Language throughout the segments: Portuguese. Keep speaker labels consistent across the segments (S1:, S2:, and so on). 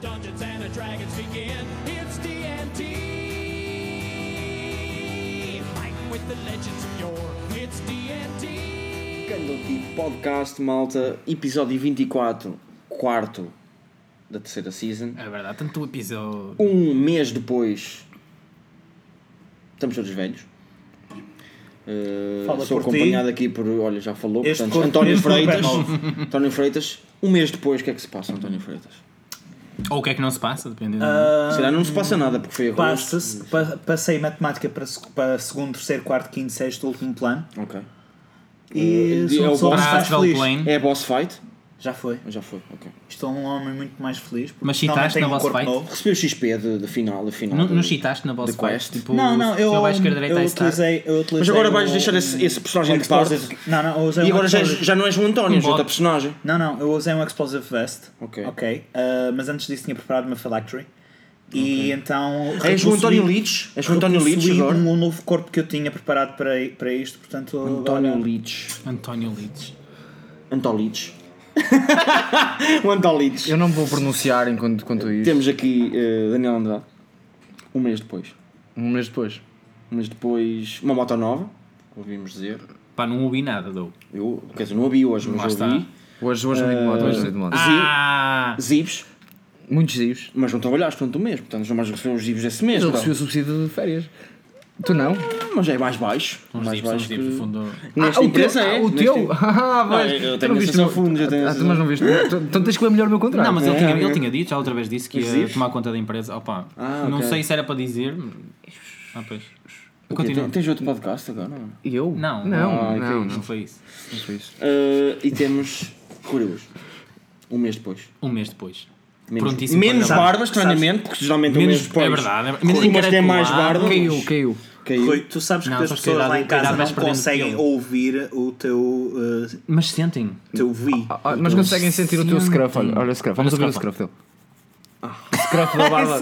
S1: Dungeons and Dragons begin. It's D&D. Fighting with the legends of yore. It's D&D.
S2: Candlestick Podcast, malta, episódio 24, quarto da terceira season.
S3: É verdade, tanto o episódio.
S2: Um mês depois, estamos todos velhos. Uh,
S4: Fala
S2: sou
S4: por ti.
S2: acompanhado aqui por, olha, já falou,
S4: Este
S2: portanto,
S4: corpo é
S2: António
S4: mesmo não
S2: Freitas.
S4: perde.
S2: António Freitas, um mês depois, o que é que se passa, António Freitas?
S3: Ou o que é que não se passa, dependendo.
S4: Ah,
S2: Se calhar não se passa nada, porque foi agora.
S4: Passo-se- pa- passei matemática para, se- para segundo, terceiro, quarto, quinto, sexto, último plano.
S2: Ok.
S4: E
S2: Eh,
S4: sou
S2: é o
S4: uma pessoa
S2: bom-
S4: muito mais
S3: Astral
S4: feliz.
S3: Plane.
S2: É boss fight?
S4: Já foi.
S2: Já foi, ok.
S4: Estou um homem muito mais feliz. porque
S3: Mas citaste
S4: finalmente tenho
S3: na
S4: um
S3: vossa
S4: corpo
S3: fight?
S4: novo.
S2: Recebeu o XP de, de final, de final.
S3: Não,
S2: de-
S3: não cheataste na boss
S2: de
S3: fight?
S2: quest.
S3: Tipo,
S4: Não, não, eu,
S3: não vais esquerda, direita,
S4: eu,
S3: aí está.
S4: utilizei, eu
S2: Mas
S4: utilizei
S2: agora vais
S4: o-
S2: deixar esse, esse personagem de paz.
S4: Explosive- Não, não, eu usei
S2: E
S4: um
S2: agora já, é,
S4: explosive-
S2: já não és o António, és
S3: é Um
S2: outra
S3: bot.
S2: personagem.
S4: Não, não, eu usei um Explosive Vest.
S2: Ok.
S4: Ok. ah, mas antes disso tinha preparado uma Phylactery. E então.
S2: És o
S4: repossuí-
S2: António Leach? És o António Leach
S4: repossuí
S2: agora?
S4: um, um novo corpo que eu tinha preparado para, para isto, portanto.
S2: um António
S4: agora-
S2: Leach.
S3: António Lides.
S2: Antolitch. o Antolitch.
S5: Eu não vou pronunciar enquanto quanto isso.
S2: Um Temos aqui eh, Daniel Andrade. Um mês depois.
S5: Um mês depois.
S2: Um mês depois, uma moto nova. Ouvimos dizer.
S3: Pá, não ouvi nada, dou.
S2: Eu, quer dizer, não ouvi hoje, mas
S3: Lá
S2: ouvi.
S3: está.
S5: Hoje, hoje não digo moto, hoje digo moto.
S3: Ah!
S2: Zips,
S5: Muitos dias.
S2: mas não trabalhaste durante o mês, portanto não vais receber os zips desse mês.
S5: Mas ele
S2: pá.
S5: recebeu o subsídio de férias. Tu não?
S2: Mas é mais baixo.
S3: Uns
S2: mais
S3: dips, uns
S2: baixo
S3: dips, no fundo.
S2: Nesta
S5: o
S2: empresa
S5: teu,
S2: é.
S5: ah, o
S2: nesta-
S5: teu? Ah,
S2: Não,
S5: vais.
S2: eu
S5: tu
S2: tenho
S5: não viste
S2: acesso
S5: o-
S2: ao fundo, já tenho
S5: Ah,
S2: acesso
S5: tu mas não viste. o- tu- Então tens que ler melhor o meu contrato.
S3: Não, mas ele,
S2: É,
S3: tinha,
S2: é.
S3: ele tinha dito, já outra vez disse que ia
S2: Zips?
S3: tomar conta da empresa. Opa,
S2: Ah,
S3: não
S2: ok.
S3: sei se era para dizer. Ah, pois.
S2: O quê?
S3: Continua.
S2: Tens- Tens outro podcast agora? não? é?
S5: E eu?
S3: Não,
S5: Não,
S2: Ah, que
S5: não,
S2: isso.
S3: Não
S5: não.
S3: foi isso.
S5: Não foi isso.
S2: Ah, e temos Coreus. Um mês depois.
S3: Um mês depois.
S2: Menos,
S3: Prontíssimo
S2: menos
S3: para gravar.
S2: barbas, estranhamente, porque geralmente um mês
S3: Menos,
S2: depois.
S3: é verdade. é- Menos
S2: Umas têm mais
S3: encaracolado.
S2: barba.
S5: Caiu, caiu.
S2: Caiu.
S4: Rui, tu sabes
S3: Não,
S4: que as
S3: sabes que
S4: pessoas
S3: a idade-
S4: lá em
S3: a idade
S4: casa
S3: vais
S4: não
S3: perdendo
S4: conseguem
S3: pelo.
S4: ouvir o teu. uh,
S3: Mas sentem.
S4: teu vi.
S5: Ah, ah, Mas conseguem sentir o teu
S3: Sim.
S5: scruff, olha, olha o scruff. Vamos
S3: Olha
S5: ouvir
S3: o
S5: o scruff dele. Scruff da barba.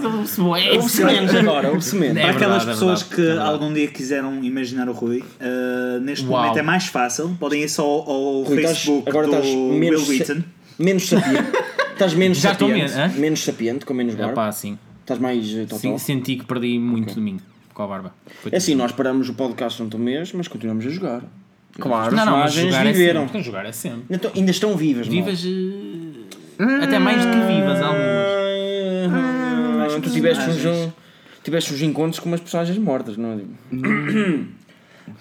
S2: Ouve-se menos agora, ouve-se menos.
S3: É
S4: Para aquelas
S3: verdade, é
S4: pessoas
S3: verdade,
S4: que
S3: é verdade.
S4: algum dia quiseram imaginar o Rui, uh, neste
S3: Uau.
S4: momento é mais fácil. Podem ir só ao, ao
S2: Rui, estás-
S4: Facebook
S2: agora
S4: do
S2: estás menos,
S4: Will
S2: sa-
S4: Wheaton.
S2: menos sapiente. Estás menos
S3: Já estou
S2: sapiente.
S3: menos, hã?
S2: menos sapiente, com menos
S3: Ah,
S2: barba.
S3: pá, sim.
S2: Estás mais eh, totó.
S3: Sim, senti que perdi muito de mim com a barba. Foi
S2: É assim, nós paramos o podcast durante um mês, mas continuamos a jogar.
S5: Claro.
S3: não, não, mas
S2: personagens
S3: jogar
S2: viveram.
S3: é sempre. Jogar é sempre.
S2: Ainda, tão- ainda estão vivas, é? malta.
S3: Vivas. eh, Até mais do que vivas, algumas.
S2: Ah, tu tiveste uns, um- tiveste uns encontros com umas personagens mortas, não é?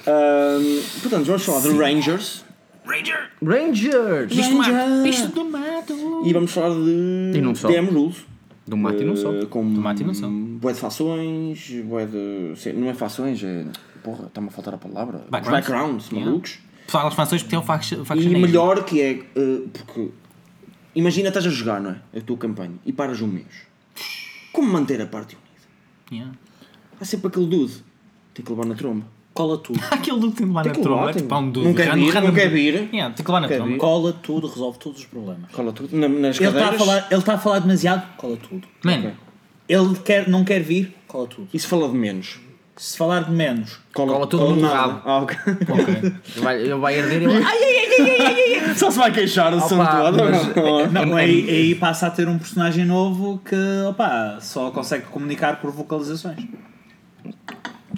S2: Ahm, portanto, vamos falar de Rangers
S3: Ranger!
S5: Rangers!
S3: Bicho do mato!
S2: Ranger.
S3: Bicho do
S4: oh.
S3: mato!
S2: e vamos falar de
S5: E não só.
S2: DM Rules.
S5: Do Mati não só.
S2: Eh, Com
S3: Mate e não só.
S2: Boé de fações, boé de. sei- Não é fações, é. Porra, está-me a faltar a palavra.
S3: Backgrounds.
S2: Backgrounds,
S3: Yeah.
S2: malucos.
S3: Pessoal, as fações porque é o faction.
S2: E melhor que é. eh, porque. Imagina, estás a jogar, não é? A tua campanha e paras um mês. Como manter a parte unida? Há sempre aquele dude. Tem que levar na tromba.
S4: Cola tudo.
S3: Aquele do que tem de levar
S2: Tem
S3: na
S2: que
S3: tromba.
S2: levar,
S3: É
S2: tem-
S3: tipo há um do
S2: Não quer vir, não quer vir.
S3: Yeah, é tem que levar na
S2: Quer
S3: tromba.
S2: vir.
S4: Cola tudo, resolve todos os problemas.
S2: Cola tudo. na- nas
S4: Ele está, a
S2: cadeiras.
S4: falar, ele está a falar demasiado, cola tudo.
S3: Mano,
S4: Ele quer, não quer vir, cola tudo.
S2: Isso fala de menos.
S4: Se falar de menos,
S5: Cola tudo no
S2: nada.
S5: rabo.
S2: Ah, ok.
S3: ok.
S5: Vai- Ele vai arder e vai.
S2: Só se vai queixar o som
S5: Opa,
S2: todo.
S5: mas-
S2: Não.
S4: não, aí, aí passa a ter um personagem novo que opa, só consegue comunicar por vocalizações.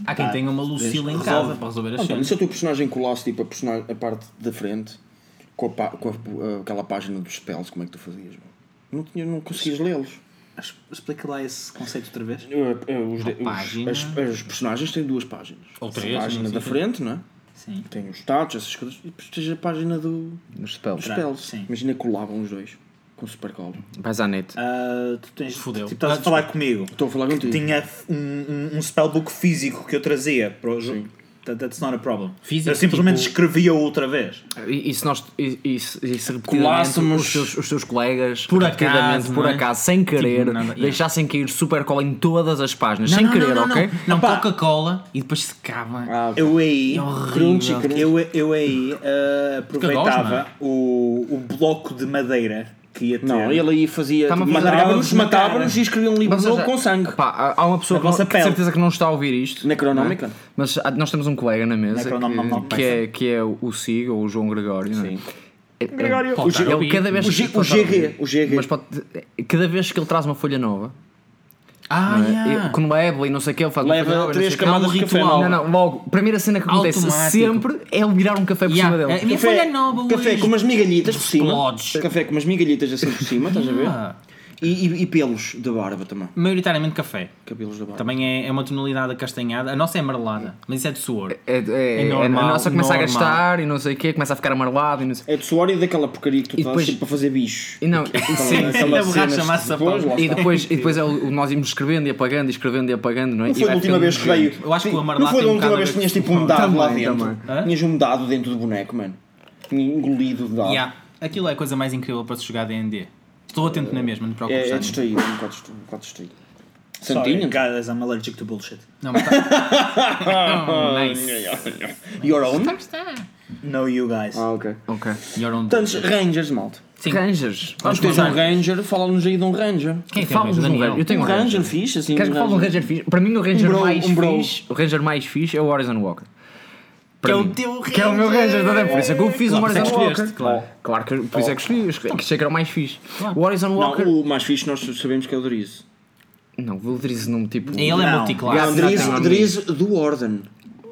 S3: Há quem tenha uma Lucila em casa
S4: Resolve.
S3: para resolver as
S2: António,
S3: cenas.
S2: se o teu personagem colasse tipo, a, personagem- a parte da frente com, a pá- com a- aquela página dos spells, como é que tu fazias? meu? Não, tinha, não conseguias lê-los.
S4: Mas Explica lá esse conceito outra vez.
S2: Eh, eh, os- os-
S3: página.
S2: as, as personagens têm duas páginas.
S3: Ou três,
S2: A
S3: não
S2: página
S3: sei
S2: da
S3: se-
S2: frente, não é?
S4: Sim.
S2: Tem os status, essas coisas. E depois tens a página do,
S5: Nos spells.
S2: dos spells.
S4: sim.
S2: Imagina colavam os dois com super cola.
S5: Vais à net.
S4: Ah, tu tens,
S3: Fudeu.
S4: Tipo, estás a falar comigo.
S2: Estou a falar contigo.
S4: Tinha um, um, um spellbook físico que eu trazia para o jogo. That- That's not a problem.
S3: Físico,
S4: eu simplesmente
S3: tipo-
S4: escrevia outra vez.
S5: E, e se nós e, e se e se repetidamente
S2: Colássemos-
S5: os teus, os teus colegas
S3: Por
S5: repetidamente,
S3: acaso,
S5: por
S3: não é?
S5: acaso, sem querer,
S3: Tipo, nada, yeah.
S5: deixassem cair super cola em todas as páginas, sem querer,
S3: não, não,
S5: ok?
S3: Não,
S4: Opa.
S3: Coca-Cola e depois secava.
S2: Ah,
S4: Eu aí,
S3: É horrível.
S2: Crunchy, crunchy.
S4: eu, eu aí ah,
S3: gosto, não
S4: aproveitava
S3: é?
S4: o, o bloco de madeira que ia ter.
S2: Não, ele aí fazia.
S3: Tá
S5: Tá-me a
S2: tipo,
S5: falar.
S2: Matávamos,
S4: Matava-nos na
S2: matávamos e escrevia um livro
S5: Mas, ou
S2: novo
S5: seja,
S2: com sangue.
S5: pá, há- há uma pessoa
S4: Na
S5: que, não,
S4: vossa
S5: que
S4: pele.
S5: certeza que não está a ouvir isto.
S2: Necronomicon.
S4: né?
S5: não é? Mas há- nós temos um colega na mesa
S4: Necronomicon.
S5: que, que é, que é o Sig, ou o João Gregório, não é? Gregório.
S3: Pode estar
S5: Ele
S3: ao
S5: cada
S3: vivo.
S5: vez
S2: O G- o GG, o GG.
S5: Mas pode, cada vez que ele traz uma folha nova,
S3: Ah,
S5: não é?
S3: yeah.
S5: Eu- quando leva e não sei o que, ele faz uma
S2: Leva
S5: folha nova, e não
S2: três
S5: sei o quê.
S2: camadas
S5: Há um
S2: de café
S5: ritual.
S2: nova.
S5: Não, não, logo. A primeira cena que acontece
S3: Automático.
S5: sempre é ele virar um café por
S3: Yeah.
S5: cima dele.
S3: A minha folha é nova
S2: Café
S3: hoje.
S2: com umas migalhitas por cima.
S3: Explodes.
S2: Café com umas migalhitas assim por cima, estás a ver?
S3: Ah.
S2: E, e- e pelos da barba também.
S3: Maioritariamente café.
S2: Cabelos da barba.
S3: Também é, é uma tonalidade acastanhada. A nossa é amarelada, mas isso é de suor.
S5: É, é,
S3: É
S5: é-
S3: normal,
S5: a nossa começa a
S3: normal.
S5: gastar e não sei o quê, começa a ficar amarelado e não sei
S2: É de suor e daquela porcaria que tu
S5: E
S2: estás
S5: depois-
S2: sempre para fazer bicho.
S5: E não,
S2: Aquela-
S5: sim,
S2: aquela
S3: a borracha
S2: cena
S3: amassa
S2: depois,
S3: pão.
S2: lá
S5: E
S2: está.
S5: depois, e depois é o, o nós irmos escrevendo e apagando e escrevendo e apagando, não é?
S2: Não
S5: E
S2: foi
S5: vai
S2: da última
S5: ficando
S2: vez que veio.
S3: Eu acho que o amarelado
S2: Não foi
S3: tem
S2: da
S5: é
S3: um
S2: última
S3: bocado
S2: vez
S3: a
S2: que
S3: ver
S2: tinhas
S3: com-
S2: tipo um dado lá
S5: Também,
S2: dentro.
S5: também.
S2: Tinhas um dado dentro do boneco, mano. Tinha engolido o dado.
S3: Yeah. Aquilo é a coisa mais incrível para se jogar DND. Estou atento na mesma, não te preocupes.
S2: É, é
S3: Dani.
S2: distraído, um bocado distra- um bocado distraído.
S4: Sorry,
S2: Santinho?
S4: guys, I'm allergic to bullshit.
S3: Não, mas tá- Oh, nice.
S2: Your own?
S4: No, you guys.
S2: Ah, ok.
S5: Ok.
S3: You're on-
S2: Portanto, Rangers, malta.
S3: Sim.
S5: Rangers.
S2: Mas
S5: Vamos
S2: tens
S5: falar.
S2: um Ranger, fala-nos aí de um Ranger.
S3: Quem é que tem
S5: Fala-nos
S3: mais?
S5: de um
S3: Daniel.
S5: Ranger. Eu tenho
S2: Um
S5: um Ranger.
S2: Ranger fixe, assim.
S5: Queres
S2: um
S5: que fale de um Ranger fixe? Para mim, o Ranger
S2: bro,
S5: mais
S2: um bro.
S5: fixe, o Ranger mais fixe é o Horizon Walker.
S3: Que é o
S5: mim.
S3: teu Ranger.
S5: Que é o meu Ranger, não é? Por isso é que eu fiz
S3: Claro,
S5: um
S3: por isso é
S5: Horizon
S3: que
S5: Walker.
S3: escolheste, claro.
S5: Claro que por isso é que escolhi, eu
S3: Então.
S5: escolhi- que achei que era o mais fixe. O Horizon Walker.
S2: Não, o mais fixe nós sabemos que é o Drizzt.
S5: Não, o Drizzy num tipo.
S3: Ele é
S4: Não.
S2: Não,
S3: multiclasse.
S5: Gato-
S2: Drizzt
S5: Nothing on
S2: Drizzt do Orden.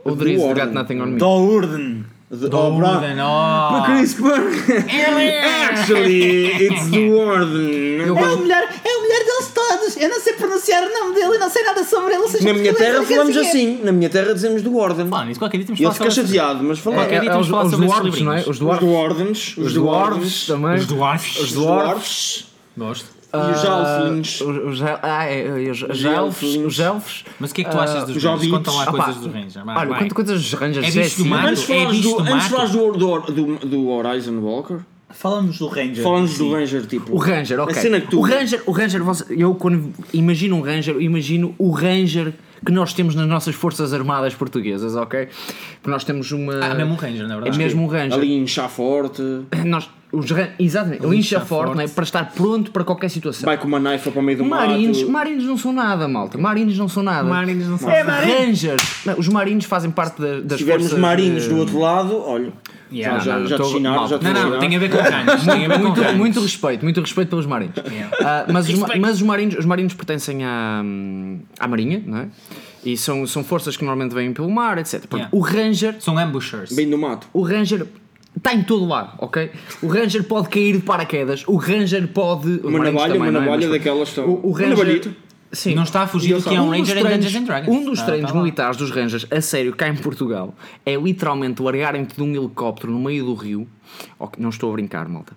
S5: O Drizzy
S2: Do
S5: do Got
S2: Orden.
S5: Nothing on Me.
S4: Do Urden.
S2: The
S3: Oh, Bruno, oh.
S2: Chris Burke. Actually, it's the Warden.
S5: Eu gosto-
S4: melhor, é o melhor deles todos. Eu não sei pronunciar o nome dele e não sei nada sobre ele.
S2: Na minha terra falamos assim. Na minha terra dizemos do Warden.
S3: Mano, isso qualquer dia temos
S2: E
S3: de
S2: ele fica
S3: falar sobre essas-
S2: chateado, mas falamos.
S3: Qualquer
S5: É,
S3: dia
S5: é,
S3: temos
S5: os
S3: de falar
S5: os
S3: sobre esses
S5: Dwarves, não é?
S3: livrinhos.
S5: Os
S2: Os
S5: Dwarves.
S2: Dwarvens.
S5: Os Dwarves também.
S3: Os dwarfs.
S5: Os uh,
S2: Os
S5: Dwarves. ah,
S2: Dwarves.
S3: Gosto.
S2: E os Halflings.
S5: Os, os, el- ah, é, é, os, os
S2: Os
S5: elfos.
S2: elfos.
S5: Os elfos.
S3: Mas o que é que tu achas dos
S2: já
S3: Rangers?
S2: vi.
S3: Conta lá
S5: Ah, pá.
S3: coisas dos Rangers. Vai,
S5: Ah, Olha,
S3: vai.
S5: quanto, quantas dos Rangers
S3: É
S5: já
S3: bicho do
S5: assim?
S3: mar?
S2: Antes
S3: É
S2: falas
S3: bicho
S2: do,
S3: do
S2: antes
S3: mato.
S2: falas do, do, do, do Horizon Walker,
S4: Falamos do Ranger.
S2: falamos do Ranger tipo.
S5: O Ranger, ok.
S2: A cena que tu.
S5: O Ranger, o Ranger você- eu quando imagino um Ranger, eu imagino o Ranger que nós temos nas nossas Forças Armadas Portuguesas, ok? Porque nós temos uma.
S3: Ah, é mesmo um Ranger, na
S5: É
S3: verdade.
S5: mesmo um Ranger.
S2: Ali em chá forte,
S5: Nós, os, ran- exatamente, ele
S3: Lincha
S5: incha forte,
S3: forte.
S5: não é? Para estar pronto para qualquer situação.
S2: vai com uma naifa para o meio do
S5: Marines,
S2: mato.
S5: marines não são nada, malta. Marines não são nada.
S3: Marines não são nada.
S5: Rangers. Não, os marines fazem parte da- das
S2: Se tivermos
S5: forças,
S2: Marines
S5: eh,
S2: do outro lado, olha.
S3: Yeah,
S2: já
S5: não,
S2: já
S5: não,
S2: te
S5: tô-
S2: chinaram, já te
S3: Não, não,
S2: chinaram.
S3: tem a ver com Rangers. Tem a ver com
S5: muito,
S3: Rangers.
S5: muito respeito, muito respeito pelos marinhos. Ah, mas, os, ma- mas os marinhos, os marinhos pertencem à, hum, à marinha, não é? E são, são forças que normalmente vêm pelo mar, etc. Pronto,
S3: Yeah.
S5: O ranger,
S3: São ambushers.
S2: Bem do mato.
S5: o ranger está em todo lado, ok? O ranger pode cair de paraquedas, o ranger pode os
S2: Uma
S5: marinhos
S2: navalha,
S5: também,
S2: uma
S5: não é?
S2: navalha
S5: Mas pronto.
S2: daquelas estão.
S5: O, o
S2: Uma
S5: ranger
S2: navalhita.
S5: Sim.
S3: Não está a fugir do que é um Ranger em Dungeons and Dragons.
S5: Um dos
S3: Ah,
S5: treinos
S3: tá lá.
S5: militares dos Rangers, a sério, cá em Portugal, é literalmente largarem-te de um helicóptero no meio do rio, ok, não estou a brincar, malta,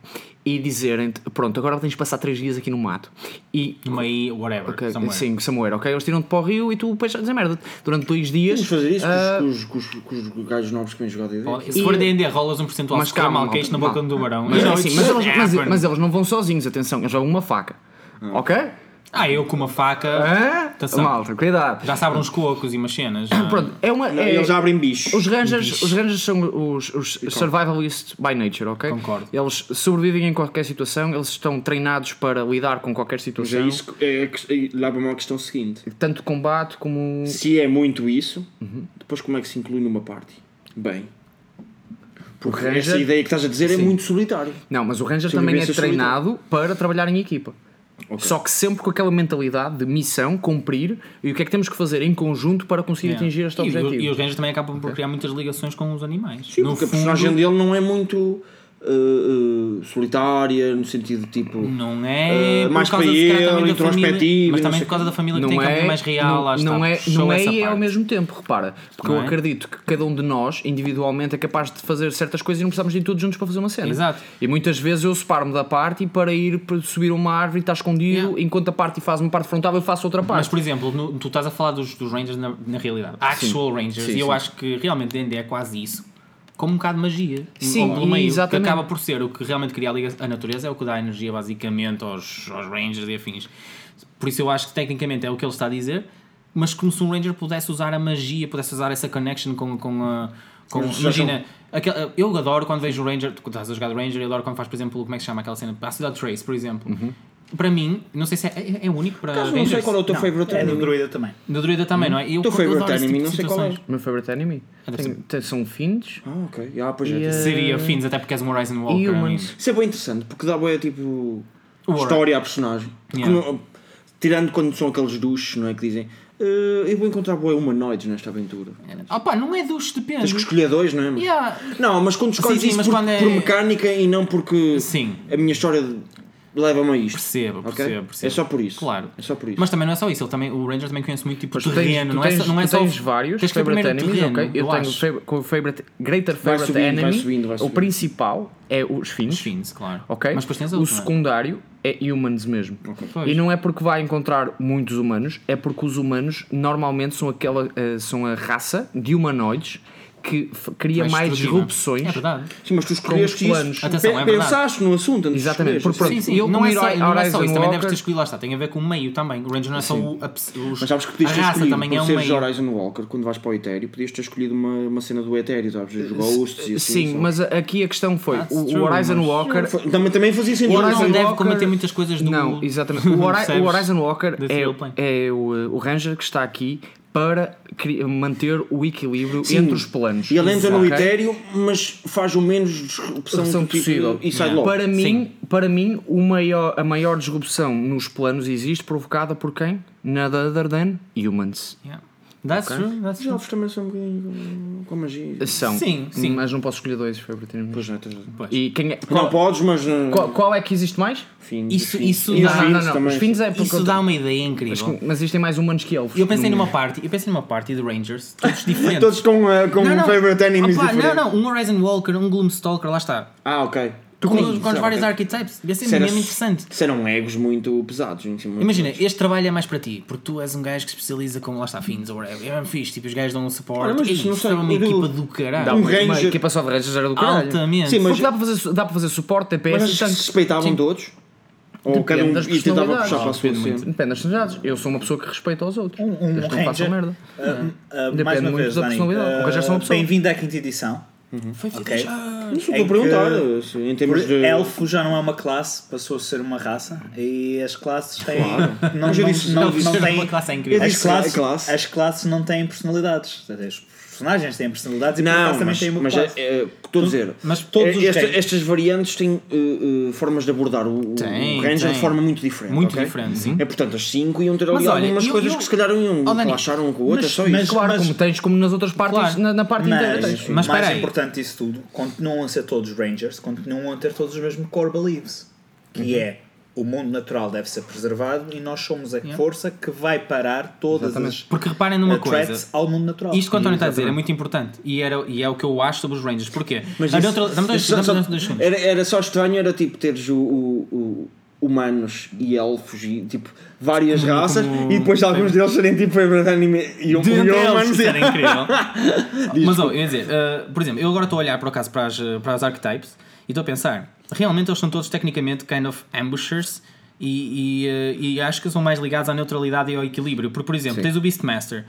S5: e dizerem-te, pronto, agora tens de passar três dias aqui no mato. E.
S3: Numa aí, whatever.
S5: Ok,
S3: somewhere.
S5: Sim, Samuel, ok? Eles tiram-te para o rio e tu depois merda durante dois dias.
S2: Vamos fazer isso com os-
S5: ah,
S2: com os, com os, com os, gajos novos que vêm jogar DD.
S3: Bom, Se for D&D, rolas um percentual.
S5: Mas
S3: Mas calma,
S5: calma,
S3: mal, que é isto na
S5: malta,
S3: boca do barão.
S5: mas,
S3: Não,
S5: assim,
S3: isso é
S5: mas eles, mas-
S3: happen.
S5: mas eles não vão sozinhos, atenção, eles jogam uma faca. Ok?
S3: Ah, eu com uma faca.
S5: Ah,
S3: Atenção.
S5: malta, cuidado.
S3: Já sabem uns cocos e umas cenas. já.
S5: Pronto, é uma.
S2: Não,
S5: é-
S2: Eles abrem bichos.
S5: Os rangers, os rangers são os, os survivalists by nature, ok?
S3: Concordo.
S5: Eles sobrevivem em qualquer situação, eles estão treinados para lidar com qualquer
S2: Mas é
S5: situação,
S2: isso que é, que- é, leva-me à questão seguinte.
S5: tanto combate como.
S2: Se é muito isso, depois como é que se inclui numa party? Bem. Porque
S5: Ranger-
S2: essa ideia que estás a dizer é muito solitário.
S5: Não, mas o ranger também é
S2: Sobrevivência
S5: treinado para trabalhar em equipa. Só que sempre com aquela mentalidade de missão, cumprir e o que é que temos que fazer em conjunto para conseguir
S3: Yeah.
S5: atingir este
S3: É. E os-
S5: objetivo.
S3: E os Rangers também acabam por criar muitas ligações com os animais.
S2: Sim,
S3: No
S2: porque
S3: fundo,
S2: a personagem dele não é muito uh, uh, solitária, no sentido de tipo.
S3: Não é.
S5: ah,
S2: Eh,
S3: por
S2: mais
S3: causa,
S2: para
S3: se calhar,
S2: ele,
S3: também da
S2: introspectivo
S3: família, Mas
S2: e não
S3: também
S2: sei
S3: por causa da família que tem
S5: não
S3: que é um
S5: é,
S3: bocadinho mais real,
S5: não,
S3: lá está.
S5: não é,
S3: puxou
S5: não é
S3: essa
S5: e é ao
S3: parte.
S5: mesmo tempo, repara. Porque
S3: Não
S5: eu
S3: é?
S5: acredito que cada um de nós, individualmente, é capaz de fazer certas coisas e não precisamos de ir todos juntos para fazer uma cena.
S3: Exato.
S5: E muitas vezes eu separo-me da parte para ir para subir uma árvore e está escondido,
S3: Yeah.
S5: enquanto a parte faz uma parte frontal, eu faço outra
S3: Mas,
S5: parte.
S3: por exemplo, no- tu estás a falar dos, dos Rangers na, na realidade. Actual Rangers.
S5: Sim,
S3: e eu
S5: sim.
S3: acho que realmente D&D é quase isso. Como um bocado de magia.
S5: Sim,
S3: Ao- ao meio,
S5: exatamente.
S3: Que acaba por ser o que realmente cria a, liga, a natureza, é o que dá energia basicamente aos, aos Rangers e afins. Por isso eu acho que tecnicamente é o que ele está a dizer, mas como se um Ranger pudesse usar a magia, pudesse usar essa connection com, com a. Com,
S2: Eles já
S3: imagina, aquel- eu adoro quando vejo o Ranger, tu estás a jogar de Ranger, eu adoro quando faz, por exemplo, como é que se chama aquela cena? A Cidade Trace, por exemplo. para mim, não sei se é- é, é único para
S2: Caso Uhum. não sei
S3: Rangers.
S2: qual é o teu
S4: Não,
S2: favorite
S4: é do
S2: anime.
S4: druida também.
S3: No Druida também, não é? Eu,
S2: O teu
S3: eu adoro
S2: favorite
S3: esse tipo
S2: anime,
S3: de
S2: não sei qual é.
S3: situações.
S5: O meu favorite anime.
S3: Ah, deve
S5: Tem- tem- são fins.
S2: Ah, ok. Ah, pois
S5: E,
S2: é.
S5: eh,
S3: Seria Fins, até porque és um Horizon Walker. I mean.
S5: Humans.
S2: Isso é bem interessante, porque dá boa tipo.
S3: O Aura.
S2: História à personagem. Porque
S3: Yeah.
S2: não- tirando quando são aqueles duches, não é? Que dizem "Eh, eu vou encontrar boa humanoides nesta aventura.
S3: Ah pá, não é dos, depende.
S2: Tens que escolher dois, não é? Mas-
S3: Yeah.
S2: Não, mas quando escolhes
S3: Sim, sim,
S2: isso
S3: mas
S2: por,
S3: quando é-
S2: por mecânica e não porque
S3: Sim.
S2: a minha história leva-me a isto.
S3: Percebo,
S2: ok?
S3: percebo, percebo.
S2: É só por isso.
S3: Claro.
S2: É só por isso.
S3: Mas também não é só isso, ele também, o Ranger também conhece muito tipo
S5: Mas tu tens,
S3: terreno,
S5: tu
S3: não é
S5: tens,
S3: só. Não é
S5: tu
S3: só
S5: tens vários
S3: tens que ver
S5: favorite
S3: primeiro
S5: animes,
S3: terreno,
S5: ok? Eu, tenho
S3: acho.
S5: fav- com o favorite, Greater Favorite
S2: subindo, vai
S5: Enemy.
S2: subindo, vai
S5: O
S2: subindo.
S5: principal é os
S3: Os
S5: fins.
S3: fins, claro.
S5: Ok?
S3: Mas depois tens
S5: o
S3: outro, não é?
S5: secundário é humans mesmo.
S3: Pois.
S5: E não é porque vai encontrar muitos humanos, é porque os humanos normalmente são, aquela, eh, são a raça de humanoides que f- cria mais,
S3: destrutiva.
S5: disrupções.
S3: É verdade.
S2: Sim, mas tu escolheste
S5: planos.
S2: isso.
S3: Atenção, é
S2: pe-
S3: verdade.
S2: pensaste no assunto antes de
S5: Exatamente,
S2: escolheres.
S5: por- Pronto,
S3: sim, sim.
S5: eu
S3: não,
S5: com
S3: é só,
S5: Horizon-
S3: não é só
S5: Horizon
S3: isso, também
S5: Walker-
S3: deves ter escolhido, lá está, tem a ver com o meio também. O Ranger não é só o. A, os,
S2: Mas sabes que
S3: a
S2: podias ter
S3: raça
S2: escolhido,
S3: também
S2: por
S3: é um
S2: seres
S3: meio.
S2: Horizon Walker, quando vais para o Ethereum, podias ter escolhido uma, uma cena do Ethereum, sabes? Os ghosts e
S5: Sim,
S2: assim. sabe?
S5: mas a- aqui a questão foi:
S3: That's
S5: o,
S3: true,
S5: o Horizon
S3: mas-
S5: Walker
S2: Foi- Também, também fazia
S3: O
S2: sentido.
S3: Horizon
S5: Horizon
S3: deve
S5: Walker-
S3: cometer muitas coisas do.
S5: Não, exatamente. O, Hori-
S3: percebes?
S5: o Horizon Walker
S3: Da
S5: é,
S3: Serial Play.
S5: é o, o Ranger que está aqui para cri- manter o equilíbrio
S2: Sim.
S5: entre os planos.
S2: E ele entra no
S5: Ok?
S2: Ethereum, mas faz o menos disrupção
S5: Disrupção
S2: que-
S5: possível.
S2: tipo, E sai
S3: Yeah.
S2: logo.
S5: Para mim, para mim o maior, a maior disrupção nos planos existe provocada por quem? Nada other than humans.
S3: Yeah. That's true,
S2: Os
S3: that's true.
S2: elfos também são um bocadinho com a magia.
S5: São.
S3: Sim, sim.
S5: Mas não posso escolher dois, foi para ter um.
S2: Pois não, tens razão.
S3: Pois.
S5: E quem
S2: Não
S5: é?
S2: Tá
S5: Qual,
S2: podes, mas. uh,
S5: qual- qual é que existe mais?
S2: fins,
S3: Isso-
S2: fins.
S3: isso
S2: E os
S3: dá-
S2: fins
S3: não,
S5: não, não.
S2: também.
S5: Os fins é porque
S3: Isso dá uma ideia incrível.
S5: mas existem mais humanos que elfos.
S3: Eu pensei
S5: Não- é?
S3: numa party, eu pensei numa party de Rangers, todos diferentes.
S2: Todos com, uh, com
S3: é- Não, não.
S2: favorite animes
S3: Opa,
S2: diferentes.
S3: Não, não, um Horizon Walker, um Gloomstalker, lá está.
S2: Ah, ok. Sim,
S3: Com, com os
S2: sim,
S3: vários
S2: é, ok.
S3: archetypes, devia ser
S2: Isso era-
S3: mesmo interessante.
S2: Isso eram egos muito pesados em cima.
S3: Imagina, este trabalho é mais para ti, porque tu és um gajo que se especializa com, lá está, fins ou whatever. É mesmo fixe, tipo, os gajos dão um suporte.
S2: Ora, mas
S3: Ei,
S2: isso não
S3: isto
S2: sei,
S3: é uma
S2: eu digo-
S3: equipa do
S5: Dá
S3: caralho.
S2: Um
S5: Tá uma- uma
S2: Ranger-
S5: equipa só de Rangers era do caralho.
S3: Altamente.
S2: Sim, mas-
S5: Porque dá para fazer, dá para fazer suporte,
S3: é
S2: Mas
S5: DPS,
S2: se
S5: tanques.
S2: respeitavam todos? Ou
S5: Depende
S2: cada um
S5: das
S2: e tentava
S5: personalidades.
S2: puxar para a sua
S3: Depende muito.
S2: cena?
S5: Depende das personalidades. Eu sou uma pessoa que respeita aos outros.
S4: Um- um
S5: Desde que não façam
S4: Ranger.
S5: merda.
S4: Ah,
S5: Depende
S4: mais uma
S5: muito
S4: vez,
S5: da
S4: Dani,
S5: personalidade. O Rangers
S4: ah,
S5: são uma pessoa.
S4: Bem-vindo à quinta edição.
S3: Foi fixe.
S4: Ok.
S2: Isso
S4: Em
S2: estou a perguntar.
S4: É que-
S2: se- Uhum. Em termos
S4: Por-
S2: de.
S4: Elfo já não é uma classe, passou a ser uma raça e as classes têm.
S2: Claro.
S4: Não,
S2: Mas eu disse-
S4: não,
S3: Não,
S4: não,
S3: isto
S4: não
S3: era uma
S4: têm.
S3: classe incrível.
S2: Eu
S4: As
S2: disse que
S4: classes,
S2: é classe.
S4: as classes não têm personalidades. Os personagens têm personalidades e por
S2: Não,
S4: acaso Tipo, também
S2: mas,
S4: têm uma
S2: mas é,
S4: classe.
S2: é, estou a dizer. é,
S3: mas
S4: todos os
S2: esta-
S4: Rangers-
S2: estas variantes têm uh, uh, formas de abordar o, o-
S3: Tem,
S2: o Ranger
S3: tem.
S2: de forma muito diferente.
S3: Muito
S2: ok?
S3: diferente, sim.
S2: É portanto, as 5 iam ter ali
S3: Mas olha,
S2: algumas
S3: eu-
S2: coisas
S3: eu-
S2: que se calhar iam
S3: Oh, Dani,
S2: relaxar um com o outro.
S4: mas-
S2: é só
S4: mas-
S2: isso.
S5: Claro,
S4: mas-
S5: como tens como nas outras partes,
S3: Claro.
S5: na, na parte inteira.
S4: Mas,
S5: tens.
S3: Mas
S4: mais
S3: espera aí.
S4: importante disso tudo, continuam a ser todos Rangers, continuam a ter todos os mesmos core beliefs, que
S3: Uhum.
S4: é o mundo natural deve ser preservado e nós somos a força que vai parar todas
S5: Exatamente.
S3: Porque reparem
S4: as
S3: numa
S4: uh,
S3: coisa.
S4: threats ao mundo natural.
S3: Isto que o António está a dizer é muito importante e, era, e é o que eu acho sobre os Rangers. Porquê?
S2: Mas
S3: Ah,
S2: isso-
S3: deu- Dá-me dois
S2: isso só-
S3: dá-me
S2: só-
S3: dois- dois segundos.
S2: era, era só estranho, era tipo teres o, o- o- humanos e elfos e tipo várias raças e depois alguns deles serem tipo favorite anime e um
S3: De
S2: e
S3: deles,
S2: humanos.
S3: isso era
S2: e-
S3: incrível. Mas ó, eu ia dizer, uh, por exemplo, eu agora estou a olhar por acaso para as, uh, para as archetypes e estou a pensar, realmente eles são todos tecnicamente kind of ambushers e, e, uh, e acho que são mais ligados à neutralidade e ao equilíbrio. Porque, por exemplo, tens o Beastmaster.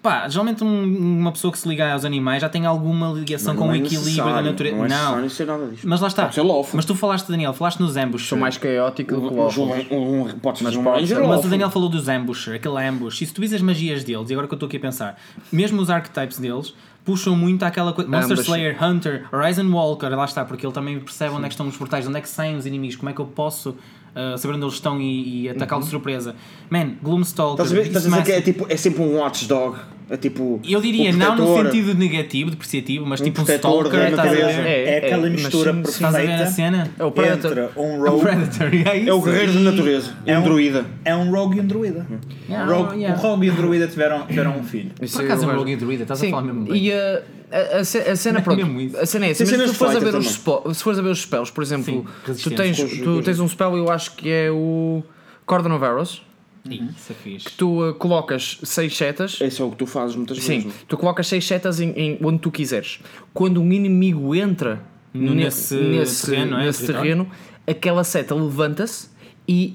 S3: Pá, geralmente um- uma pessoa que se liga aos animais já tem alguma ligação com
S2: Não
S3: o
S2: é
S3: equilíbrio
S2: necessário,
S3: da natureza.
S2: Não é
S3: Não,
S2: necessário ser nada disso.
S3: mas lá está.
S2: Pode ser lawful.
S3: Mas tu falaste, Daniel, falaste nos ambushers.
S5: Sou mais caótico do que o
S2: Mas um,
S5: Alfa.
S2: um, um, podes fazer um
S5: pode
S2: Ranger
S5: ser.
S3: Mas
S2: lawful.
S3: o Daniel falou dos ambusher, aquele ambush. E se tu vês as magias deles, e agora que eu estou aqui a pensar, mesmo os archetypes deles puxam muito àquela coisa. Monster
S5: Ambush.
S3: Slayer, Hunter, Horizon Walker, lá está, porque ele também percebe onde é que estão os portais, onde é que saem os inimigos, como é que eu posso ah, saber onde eles estão e, e atacá-los de surpresa. Man, Gloomstalker,
S2: Uhum. Estás a ver, estás a dizer que é,
S3: Beastmaster-
S2: tipo, é sempre um watchdog. É tipo.
S3: eu diria
S2: o
S3: não no
S2: protetor.
S3: sentido negativo, depreciativo, mas tipo um
S2: protetor
S3: stalker,
S2: da
S3: estás a ver?
S2: natureza.
S4: É,
S5: É,
S4: aquela
S5: é,
S4: mistura
S5: mas sim,
S3: Estás a ver a
S4: perfeita
S3: cena?
S5: É o
S4: entre
S5: Predator.
S4: um
S3: É o
S4: rogue,
S3: Predator, e é isso.
S2: É o guerreiro da natureza. É um druida.
S4: é um rogue e um druida.
S3: Yeah,
S5: oh,
S4: Rogue-
S3: yeah.
S4: Um rogue e um druida tiveram, tiveram um filho.
S5: Isso
S3: Por
S5: é
S3: acaso é
S5: o
S3: um
S5: Ranger.
S3: rogue e druida, estás a
S5: Sim,
S3: falar mesmo bem.
S5: e a, a- a, ce- a cena,
S3: mesmo
S5: pronto,
S3: isso.
S5: a cena é essa,
S2: Tem
S5: mas se
S2: cenas
S5: tu fores a
S2: de
S5: ver, os
S2: fighter
S5: spo- se fores a ver os spells, por exemplo,
S3: Sim,
S5: tu,
S3: resistência.
S5: tens,
S2: Com-
S5: tu
S2: com-
S5: tens um spell, eu acho que é o Cordon of Arrows,
S3: Isso é fixe.
S5: tu eh, colocas seis setas
S2: É só o que tu fazes muitas vezes.
S5: Sim,
S2: não é?
S5: tu colocas seis setas em, em onde tu quiseres. Quando um inimigo entra
S3: No-
S5: ne-
S3: nesse terreno, não é?
S5: nesse
S3: Território.
S5: terreno, aquela seta levanta-se e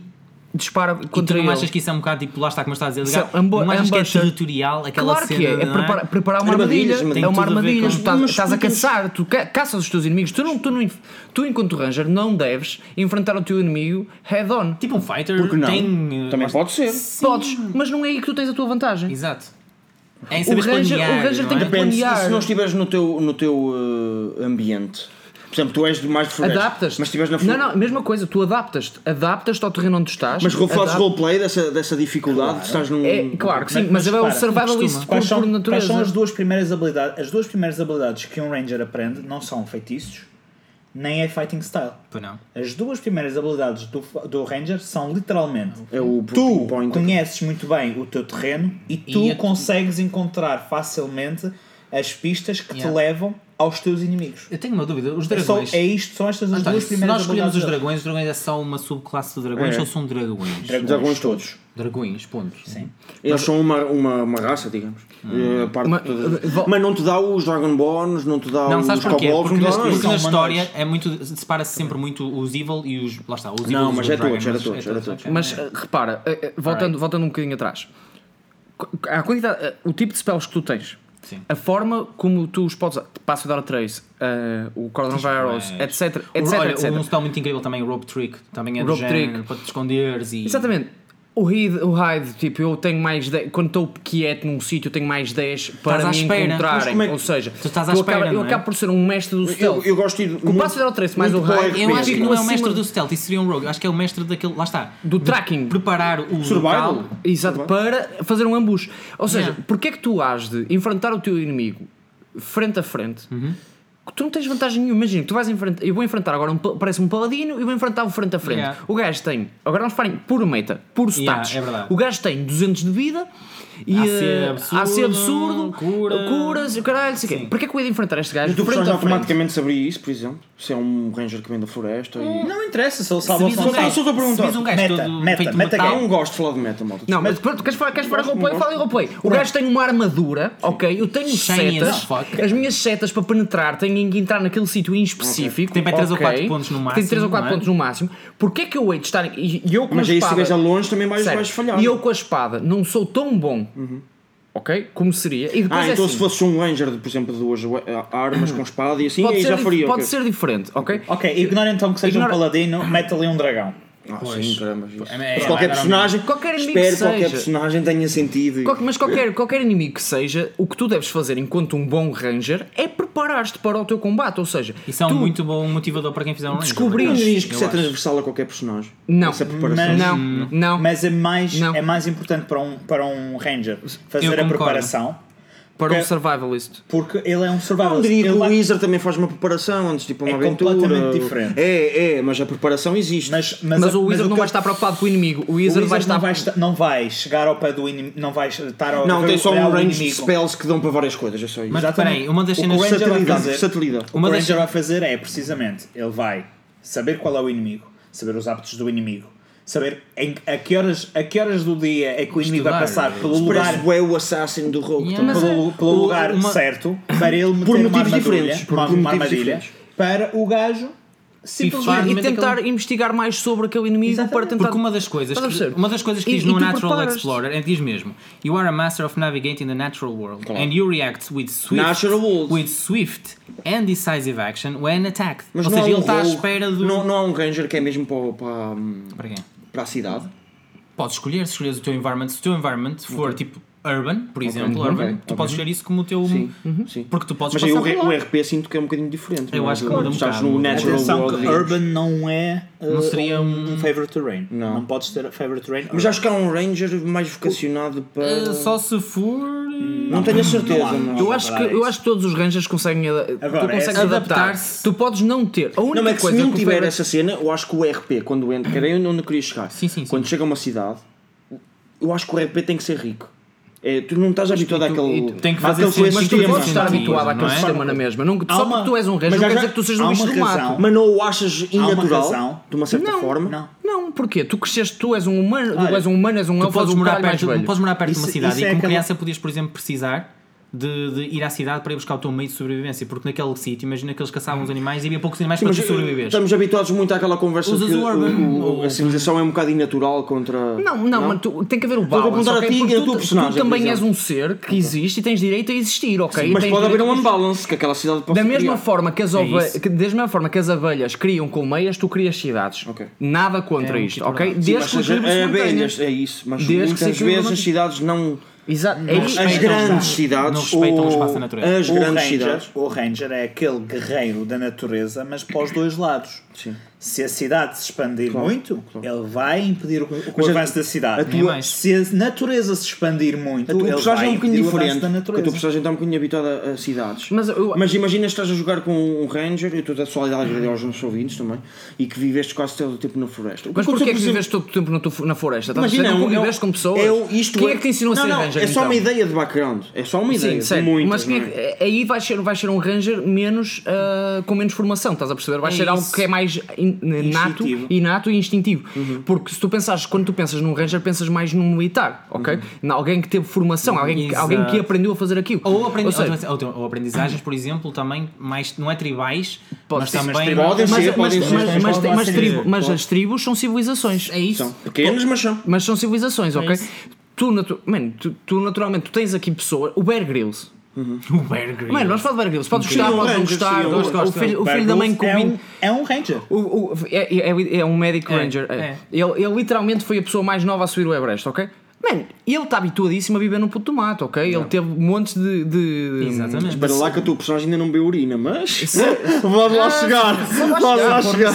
S5: dispara
S3: E tu
S5: contra
S3: não
S5: ele.
S3: achas que isso é um bocado tipo, lá está como estás a dizer,
S5: São
S3: Edgar,
S5: ambo-
S3: não achas que é
S5: ambas são-
S3: territorial aquela
S5: Claro
S3: cena?
S5: que é, é
S3: não
S5: preparar, preparar uma
S2: Armadilhas,
S5: armadilha,
S2: mas
S5: é
S3: tem
S5: uma
S3: tudo a ver
S5: armadilha,
S3: com-
S5: tu estás,
S2: Mas
S5: estás a
S2: explicas-
S5: caçar, tu ca- caças os teus inimigos, tu, não, tu, não, inf- tu enquanto ranger não deves enfrentar o teu inimigo head on.
S3: Tipo um fighter
S2: Porque não?
S3: tem... eh,
S2: Também
S3: bastante-
S2: pode ser.
S5: Podes, mas não é aí que tu tens a tua vantagem.
S3: Exato. É em
S5: O
S3: saber
S5: Ranger-
S3: planear,
S5: o Ranger
S3: não
S5: tem
S3: é?
S5: que-
S2: Depende, se,
S5: planear.
S2: se não estiveres no teu, no teu eh, ambiente. Por exemplo, tu és de mais de floresta.
S5: Adaptas.
S2: Mas estiveres na
S5: Não,
S2: floresta.
S5: não, mesma coisa, tu adaptas-te, adaptas-te ao terreno onde tu estás.
S2: Mas ro- fazes
S5: adap-
S2: roleplay dessa, dessa dificuldade, de estás num.
S5: É, claro que sim, mas,
S4: Mas
S5: é o
S4: repara,
S5: survivalist
S3: costuma.
S5: por,
S4: Quais são,
S5: por
S4: quais
S5: natureza.
S4: são as duas primeiras habilidades? As duas primeiras habilidades que um Ranger aprende não são feitiços, nem é fighting style.
S3: Pois Tipo, não.
S4: As duas primeiras habilidades do, do Ranger são literalmente.
S2: É o
S4: Tu
S2: point.
S4: conheces muito bem o teu terreno e tu
S3: a tu-
S4: consegues encontrar facilmente as pistas que te
S3: Yeah.
S4: levam aos teus inimigos.
S3: Eu tenho uma dúvida, os
S4: É, só,
S3: dragões...
S4: é isto, são estas as
S3: António,
S4: duas
S3: Ah, tá. se nós escolhemos
S4: primeiras habilidades.
S3: os
S4: dele.
S3: dragões, os dragões é só uma subclasse de dragões
S2: É.
S3: ou são dragões?
S2: Os dragões todos.
S3: Dragões, ponto. Sim.
S2: Eles são uma, uma, uma raça, digamos. Eh, a parte
S5: Mas-
S2: toda-
S5: eh, vo-
S2: Mas não te dá os Dragon Bones, não te dá
S3: Não,
S2: os um
S3: sabes porquê?
S2: Kobolds,
S3: Porque
S2: não
S3: na,
S2: te dá nada.
S3: porque na
S4: São
S3: história é muito, separa-se sempre muito os evil e os. Lá está, os evil
S2: Não,
S3: e os
S2: mas é
S3: dragons,
S2: todos, era
S3: mas é
S2: todos, era todos.
S3: ok.
S5: Mas eh, repara, eh, eh, voltando,
S3: Alright.
S5: voltando um bocadinho atrás, Co- a quantidade, eh, o tipo de spells que tu tens,
S3: Sim.
S5: a forma como tu os podes. Passo dar a trace, eh, o coronavirus,
S3: Tens
S5: etc.
S3: O-
S5: etc,
S3: olha,
S5: etc.
S3: um spell muito incrível também, o Rope Trick. Também é do
S5: Rope
S3: género,
S5: Trick.
S3: para te esconderes e.
S5: Exatamente. O hide, o hide, tipo, eu tenho mais 10. Quando estou quieto num sítio, eu tenho mais 10 para
S3: à
S5: me
S3: espera. Mas
S5: encontrarem.
S2: como é que-
S5: Ou seja,
S3: Tu estás à
S5: eu acabo-
S3: espera,
S5: eu
S3: não é?
S5: acabo por ser um mestre do
S2: Eu,
S5: stealth.
S2: eu gosto de ir.
S5: Com o passo era o 13, mais
S2: muito
S5: o
S2: para
S5: raio.
S3: Eu
S2: RPG.
S3: acho que não é o
S5: Acima
S3: mestre
S5: de-
S3: do stealth, isso seria um rogue. Acho que é o mestre daquele. Lá está.
S5: Do
S3: de
S5: tracking.
S3: Preparar o
S2: Survival.
S3: local.
S5: Exato, para fazer um ambush. Ou seja,
S3: Yeah.
S5: porque é que tu has de enfrentar o teu inimigo frente a frente?
S3: Uhum.
S5: que Tu não tens vantagem nenhuma. Imagina, que tu vais enfrentar. Eu vou enfrentar agora, um, pa- parece um paladino, e vou enfrentar-o frente a frente.
S3: Yeah.
S5: O gajo tem. Agora vamos falar em puro meta, puro
S3: Yeah,
S5: status.
S3: é verdade.
S5: o gajo tem 200 de vida e.
S3: AC
S5: eh,
S3: absurdo,
S5: AC absurdo,
S3: cura.
S5: curas, e o caralho, não sei o quê.
S3: Sim.
S5: Porquê que eu ia enfrentar este
S2: Mas
S5: gajo
S2: tu
S5: frente a
S2: precisas
S5: frente?
S2: automaticamente saberia isso, por exemplo? Se é um Ranger que vem da floresta e.
S5: Hum.
S4: Não interessa se ele
S3: Se
S4: sabe ou
S3: vis um
S4: não
S3: gajo-
S2: só estou a perguntar.
S3: se vis um gajo
S4: Meta,
S3: todo
S4: meta,
S3: feito de
S4: meta
S2: Há
S3: metal,
S2: um gosto de falar de meta, malta.
S5: Não, mas pronto, queres falar, queres falar
S2: Gosto,
S5: roleplay?
S2: gosto.
S5: Fala em roleplay. O gajo tem uma armadura, ok? Eu tenho
S3: Shiny as
S5: setas.
S3: fuck.
S5: As minhas setas para penetrar têm que entrar naquele sítio em específico.
S3: Tem para três ou
S5: ok?
S3: quatro pontos no
S5: Tem 3
S3: máximo,
S5: ou 4
S3: não é?
S5: pontos no máximo. Porquê é que eu hei de estar. E e eu com
S2: Mas
S5: a
S2: aí é se
S5: espada.
S2: estiveres a longe também vais,
S5: Certo.
S2: vais falhar. Ah,
S5: E eu com a espada não sou tão bom, ok? Como seria. E depois
S2: Ah,
S5: é
S2: então
S5: assim,
S2: se fosse um Ranger, de, por exemplo, de duas eh, armas com espada e assim,
S5: pode
S2: aí
S5: ser
S2: já
S5: dif-
S2: faria.
S5: Pode
S2: ok.
S5: ser diferente, ok?
S4: Ok, ignora então que seja
S5: Ignora-
S4: um paladino, mete ali um dragão.
S2: Ah,
S3: Pois.
S2: sim, caramba. isso.
S3: É, é,
S2: Mas qualquer
S3: é, é,
S2: personagem.
S5: Qualquer inimigo
S2: espero
S5: que
S2: qualquer
S5: seja.
S2: personagem tenha sentido.
S5: Qual- mas qualquer, qualquer inimigo que seja, o que tu deves fazer enquanto um bom ranger é preparar-te para o teu combate. Ou seja,
S3: Isso é um
S5: tu-
S3: muito bom motivador para quem fizer um ranger,
S5: Descobrir-
S2: Não
S3: por acaso.
S2: diz que
S3: Eu
S2: isso é
S3: acho.
S2: transversal a qualquer personagem. é
S5: Não.
S2: Essa preparação.
S4: Mas-
S5: Não, não.
S4: Mas é mais,
S5: Não.
S4: é mais importante para um, para um Ranger
S3: Eu
S4: fazer a
S3: concordo.
S4: preparação,
S5: para um
S4: É.
S5: survivalist.
S4: porque ele é um survival.
S2: Não diria que
S4: Ele
S2: o
S4: vai-
S2: Wizard também faz uma preparação antes, tipo uma
S4: É
S2: aventura.
S4: completamente diferente.
S2: É, é, mas a preparação existe.
S4: mas,
S5: Mas,
S4: mas, a-
S5: o
S4: mas que
S5: Wizard não
S4: eu-
S5: vai estar preocupado com o inimigo. O
S4: O
S5: Wizard,
S4: Wizard
S5: vai estar.
S4: não, vai esta- não vai chegar ao pé do inimigo, não vai estar ao
S2: não,
S4: ver
S2: tem
S4: o
S2: só
S4: olhar
S2: um
S4: do
S2: range de
S4: inimigo.
S2: spells que dão para várias coisas, é só isso.
S3: Mas
S4: Exatamente.
S3: espera aí, uma das
S4: O
S3: cenas.
S4: Ranger vai
S2: Versatilidade,
S4: fazer-
S2: versatilidade.
S4: O
S3: Uma
S4: que o
S3: das-
S4: Ranger vai fazer é precisamente ele vai saber qual é o inimigo, saber os hábitos do inimigo, saber em- a, que horas, a que horas do dia é que o inimigo vai
S3: Estudar,
S4: passar
S3: é.
S4: pelo lugar,
S2: Parece bué o assassino do Rogue.
S3: Yeah.
S2: também.
S5: Mas
S4: pelo, pelo
S3: o-
S4: lugar
S3: uma-
S4: certo para ele meter
S2: Por
S4: uma
S2: motivos
S4: armadilha,
S2: diferentes, por-
S4: uma,
S2: por
S4: uma
S2: motivos
S4: armadilha
S2: diferentes.
S4: para o gajo simplesmente
S5: E
S3: Claramente
S5: tentar
S3: aquele-
S5: investigar mais sobre aquele inimigo para tentar.
S3: é Porque uma das coisas
S5: Estás a
S3: que,
S5: perceber?
S3: uma das coisas que
S5: E-
S3: diz
S5: e
S3: no
S5: tu
S3: Natural
S5: preparas-te.
S3: Explorer é que diz mesmo You are a master of navigating the natural world
S2: Claro.
S3: and you react with swift,
S2: Natural world.
S3: with swift and decisive action when attacked.
S2: Mas
S3: Ou
S2: não
S3: seja,
S2: há
S3: ele
S2: um
S3: está à
S2: rogue-
S3: espera do.
S2: Não, não há um Ranger que é mesmo para, o- para, hum,
S3: Para quem?
S2: para a cidade.
S3: Podes escolher, se escolheres o teu environment, se o teu environment for tipo urban, por exemplo, urban, tu podes escolher isso como o teu. Uhum.
S2: sim.
S3: Porque tu podes
S2: Mas aí
S3: passar
S2: o,
S3: por
S2: re-
S3: lá.
S2: o RP sinto que é um bocadinho diferente.
S3: Eu
S2: não é?
S3: acho que muda um
S2: Estás
S3: bocado.
S2: no Natural
S4: Atenção
S2: World.
S4: que
S2: digamos.
S4: Urban não é uh,
S3: Não seria um-
S4: favorite terrain.
S2: Não.
S4: Não podes ter favorite terrain.
S2: Mas acho que há um Ranger mais vocacionado para.
S3: Uh, Só se for. eh, é
S2: Não tenho a certeza,
S4: Não há.
S2: mas.
S5: Eu acho, que, eu acho que todos os Rangers conseguem, ada- tu
S4: Agora, é
S5: consegues
S4: assim.
S5: adaptar-se.
S3: Adaptar-se.
S5: Tu podes não ter. A é única
S2: Não, mas se
S5: coisa
S2: não
S5: que o
S2: tiver
S5: Faber-
S2: essa cena, eu acho que o RP, quando entra, que era onde eu queria chegar,
S3: Sim, sim, sim.
S2: quando chega a uma cidade, eu acho que o RP tem que ser rico. É, tu não estás habituado
S5: e tu- e
S2: àquele.
S5: tu-
S3: tem que fazer
S2: àquele
S3: sentido.
S5: Mas tu
S2: sistema.
S5: podes estar
S3: Sim,
S5: habituado
S3: não
S5: àquele
S3: é?
S5: sistema na mesma. Não,
S4: Há
S5: só
S4: uma-
S5: porque tu és um Ranger,
S4: mas
S5: não
S4: há
S5: quer
S4: já-
S5: dizer que tu sejas
S4: há
S5: um
S4: uma
S5: bicho do mato.
S4: razão.
S2: Mas não o achas
S4: uma
S2: innatural,
S4: razão.
S2: é de uma certa
S5: Não,
S2: forma?
S4: não.
S5: Não, porquê? Tu cresceste, tu és um humano, tu
S4: Olha,
S5: és um humano, és um
S3: Tu
S5: elfo, és
S3: podes
S5: um
S3: morar
S5: caralho mais
S3: perto,
S5: velho.
S3: podes morar perto de uma
S4: Isso-
S3: cidade
S4: isso
S3: e
S4: é
S3: como
S4: aquela-
S3: criança podias, por exemplo, precisar de, de ir à cidade para ir buscar o teu meio de sobrevivência, porque naquele sítio, imagina que eles caçavam os animais e havia poucos animais para
S2: Mas,
S3: tu
S2: eh,
S3: sobreviveres.
S2: Estamos habituados muito àquela conversa
S3: Os
S2: de que
S3: Azurban,
S2: o- o-
S3: ou-
S2: a civilização é um bocado inatural contra.
S5: Não, não, mas tu, tem que haver o balance.
S2: apontar a
S5: ok?
S2: ti e
S5: Porque
S2: a
S5: tu,
S2: tua
S5: tu
S2: personagem,
S5: também
S2: por
S5: és
S2: exemplo.
S5: um ser que existe e tens direito a existir, ok? E
S2: Mas
S5: tens
S2: pode haver
S5: direito
S2: um
S5: a existir.
S2: unbalance que aquela cidade possa
S5: Da mesma,
S2: criar. É
S5: forma que as ova-
S3: isso.
S5: que- da mesma forma que as abelhas criam colmeias, tu crias cidades.
S2: Ok.
S5: Nada contra
S3: É um
S5: isto,
S3: tipo de-
S5: ok?
S2: Sim,
S5: Desde
S2: mas
S5: que o
S2: seja,
S5: equilíbrio se
S2: é,
S5: mantenha.
S2: abelhas, é isso, mas
S5: Desde que se
S2: muitas
S5: equilibra-
S2: vezes as cidades não.
S5: Exato. É
S3: Não
S5: isto.
S3: respeitam
S2: As grandes
S3: os-
S2: cidades.
S3: não respeitam
S2: ou
S3: o espaço da natureza.
S2: As
S4: O
S2: grandes
S4: Ranger,
S2: cidades.
S4: o Ranger é aquele guerreiro da natureza, mas para os dois lados.
S2: Sim.
S4: Se a cidade se expandir muito, ele vai impedir o, o
S2: Mas a-
S4: avanço da cidade.
S2: a tua-
S3: mais.
S4: Se a natureza se expandir muito,
S2: A tua
S4: ele vai
S2: personagem é um bocadinho
S4: impedir o avanço
S2: diferente. porque
S4: da
S2: A tua
S4: natureza.
S2: personagem está um bocadinho habituada a- a cidades.
S5: Mas eu-
S2: Mas imagina estás a jogar com um ranger, eu estou a solidariedade aos nossos ouvintes também, e que viveste quase todo o tempo na floresta. O que
S5: Mas porquê
S2: aconteceu,
S5: é que
S2: por exemplo,
S5: viveste todo o tempo na, tua- na floresta? Estás
S2: Imagina,
S5: a dizer,
S2: é
S5: não
S2: um- é um-
S5: convives com pessoas?
S2: é um- isto
S5: quem é que te ensinou a
S2: não,
S5: ser
S2: não,
S5: ranger?
S2: É só
S5: então?
S2: uma ideia de background. É só uma
S5: Sim,
S2: ideia.
S5: sério.
S2: de muitas,
S5: mas quem é
S2: não é?
S5: que- eh, aí vais ser, vais ser um ranger menos ah, com menos formação, estás a perceber? Vai
S3: É
S5: ser algo
S3: isso.
S5: que é mais in- nato,
S4: Instintivo.
S5: inato e instintivo. Porque se tu pensares, quando tu pensas num ranger, pensas mais num militar, ok? Na alguém que teve formação, alguém, que-
S3: Exato.
S5: alguém que aprendeu a fazer aquilo.
S3: Ou, aprendi-
S5: seja,
S3: outra- outra- ou aprendizagens, por exemplo, também mais, não é tribais,
S5: Pode
S3: mas
S5: ser, mas
S3: também.
S2: tribal- Podem
S5: mas,
S2: ser,
S5: mas,
S2: podem
S5: mas,
S2: ser,
S5: mas,
S2: podem
S5: mas-
S2: ser.
S5: mas tribo- mas
S2: Pode.
S5: as tribos são civilizações.
S3: É isso.
S2: São pequenas, mas são.
S5: Mas são civilizações, ok?
S3: isso.
S5: Tu, natu- mano, tu, tu naturalmente tu tens aqui pessoas. O Bear Grylls.
S3: O Bear Grylls.
S5: Mano, vamos falar de Bear Grylls. Podes gostar,
S2: Sim,
S5: podes não
S2: eu
S5: gostar.
S2: gosto, eu
S5: o-
S2: gosto,
S5: o
S3: gosto.
S5: filho- O
S4: Bear
S5: filho da mãe
S4: Grylls é,
S5: combina.
S4: um, é um Ranger.
S5: O- o- é, é- é um médico
S3: É,
S5: ranger. é.
S3: é.
S5: Ele, ele literalmente foi a pessoa mais nova a subir o Everest, ok? Mano, ele está habituadíssimo a viver num puto do mato, ok? Ele teve montes de. de-
S3: Exatamente.
S2: Para
S5: assim-
S2: lá que a tua personagem ainda não bebeu urina, mas. Vamos lá chegar!
S5: Ah,
S2: Vamos lá chegar!